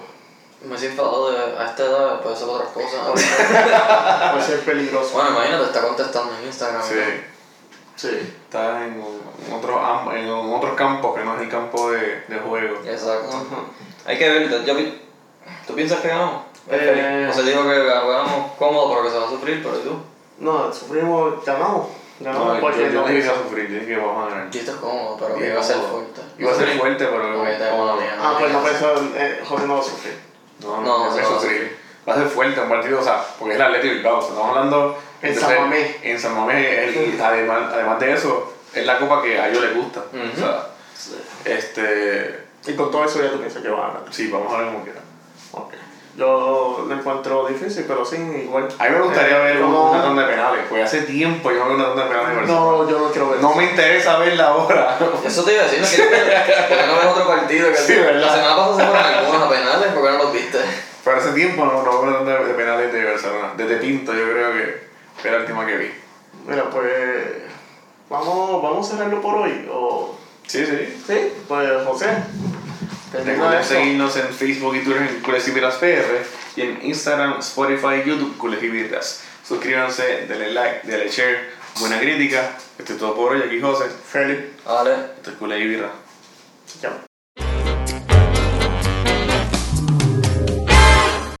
Speaker 2: Me he enfadado de, a esta edad, puede ser otras cosas.
Speaker 3: Va a ser peligroso.
Speaker 2: bueno, imagínate, está contestando en Instagram.
Speaker 1: Sí.
Speaker 2: ¿no?
Speaker 3: Sí.
Speaker 1: Está en, en otro, am- en otro campo que no es el campo de, de juego.
Speaker 2: Exacto.
Speaker 3: Ajá.
Speaker 2: Hay que ver, yo vi- ¿tú piensas que ganamos?
Speaker 3: Eh.
Speaker 2: O se dijo que ganamos cómodo pero que se va a sufrir, pero ¿y tú?
Speaker 3: No, sufrimos, ganamos. Ganamos
Speaker 1: No, yo,
Speaker 3: porque
Speaker 1: yo
Speaker 3: no.
Speaker 1: no dije que iba a sufrir, yo dije que vamos a ganar.
Speaker 2: pues, Yo estoy cómodo, pero
Speaker 1: Bien
Speaker 2: que va a ser
Speaker 1: cómodo.
Speaker 2: fuerte.
Speaker 1: Iba a ser fuerte, pero.
Speaker 2: Ok, tengo la mía.
Speaker 3: Ah, pues no pensaron, eh, Jorge no va a sufrir.
Speaker 1: No,
Speaker 2: No,
Speaker 1: no,
Speaker 2: no,
Speaker 1: eso
Speaker 2: no.
Speaker 1: sí. Va a ser fuerte un partido, o sea, porque es el Atlético Bilbao. o sea, estamos hablando.
Speaker 3: En
Speaker 1: entonces,
Speaker 3: San Mamés.
Speaker 1: En San Mamés, el- y además, además de eso, es la copa que a ellos les gusta. O sea, este.
Speaker 3: Y con todo eso ya tú piensas que va a ganar.
Speaker 1: Sí, vamos a ver cómo queda.
Speaker 3: Ok. Yo lo encuentro difícil, pero sí, igual.
Speaker 1: A mí me gustaría
Speaker 3: Eh,
Speaker 1: ver un-
Speaker 3: no.
Speaker 1: una ronda de penales, porque hace tiempo yo no veo una ronda de penales. de Barcelona.
Speaker 3: No, yo no quiero ver.
Speaker 1: no me interesa verla ahora.
Speaker 2: Eso te iba a decir, no quieres ver. ¿Por qué no ves otro partido? Que
Speaker 1: Sí, ¿verdad?
Speaker 2: La semana pasada se fueron algunos a penales, ¿por qué no los viste?
Speaker 1: Pero hace tiempo no, no veo una ronda de penales de Barcelona. Desde Pinto, yo creo que fue la última que vi.
Speaker 3: Mira, pues. Vamos, vamos a cerrarlo por hoy. O...
Speaker 1: Sí, sí.
Speaker 3: Sí, pues José. Termina
Speaker 1: Recuerden
Speaker 3: eso.
Speaker 1: seguirnos en Facebook y Twitter en Culecibiras PR y en Instagram, Spotify, YouTube, Culecibiras. Suscríbanse, denle like, denle share, buena crítica. Esto es todo por hoy, aquí José.
Speaker 3: Feliz.
Speaker 2: Vale.
Speaker 1: Esto es Culecibiras.
Speaker 3: Chao.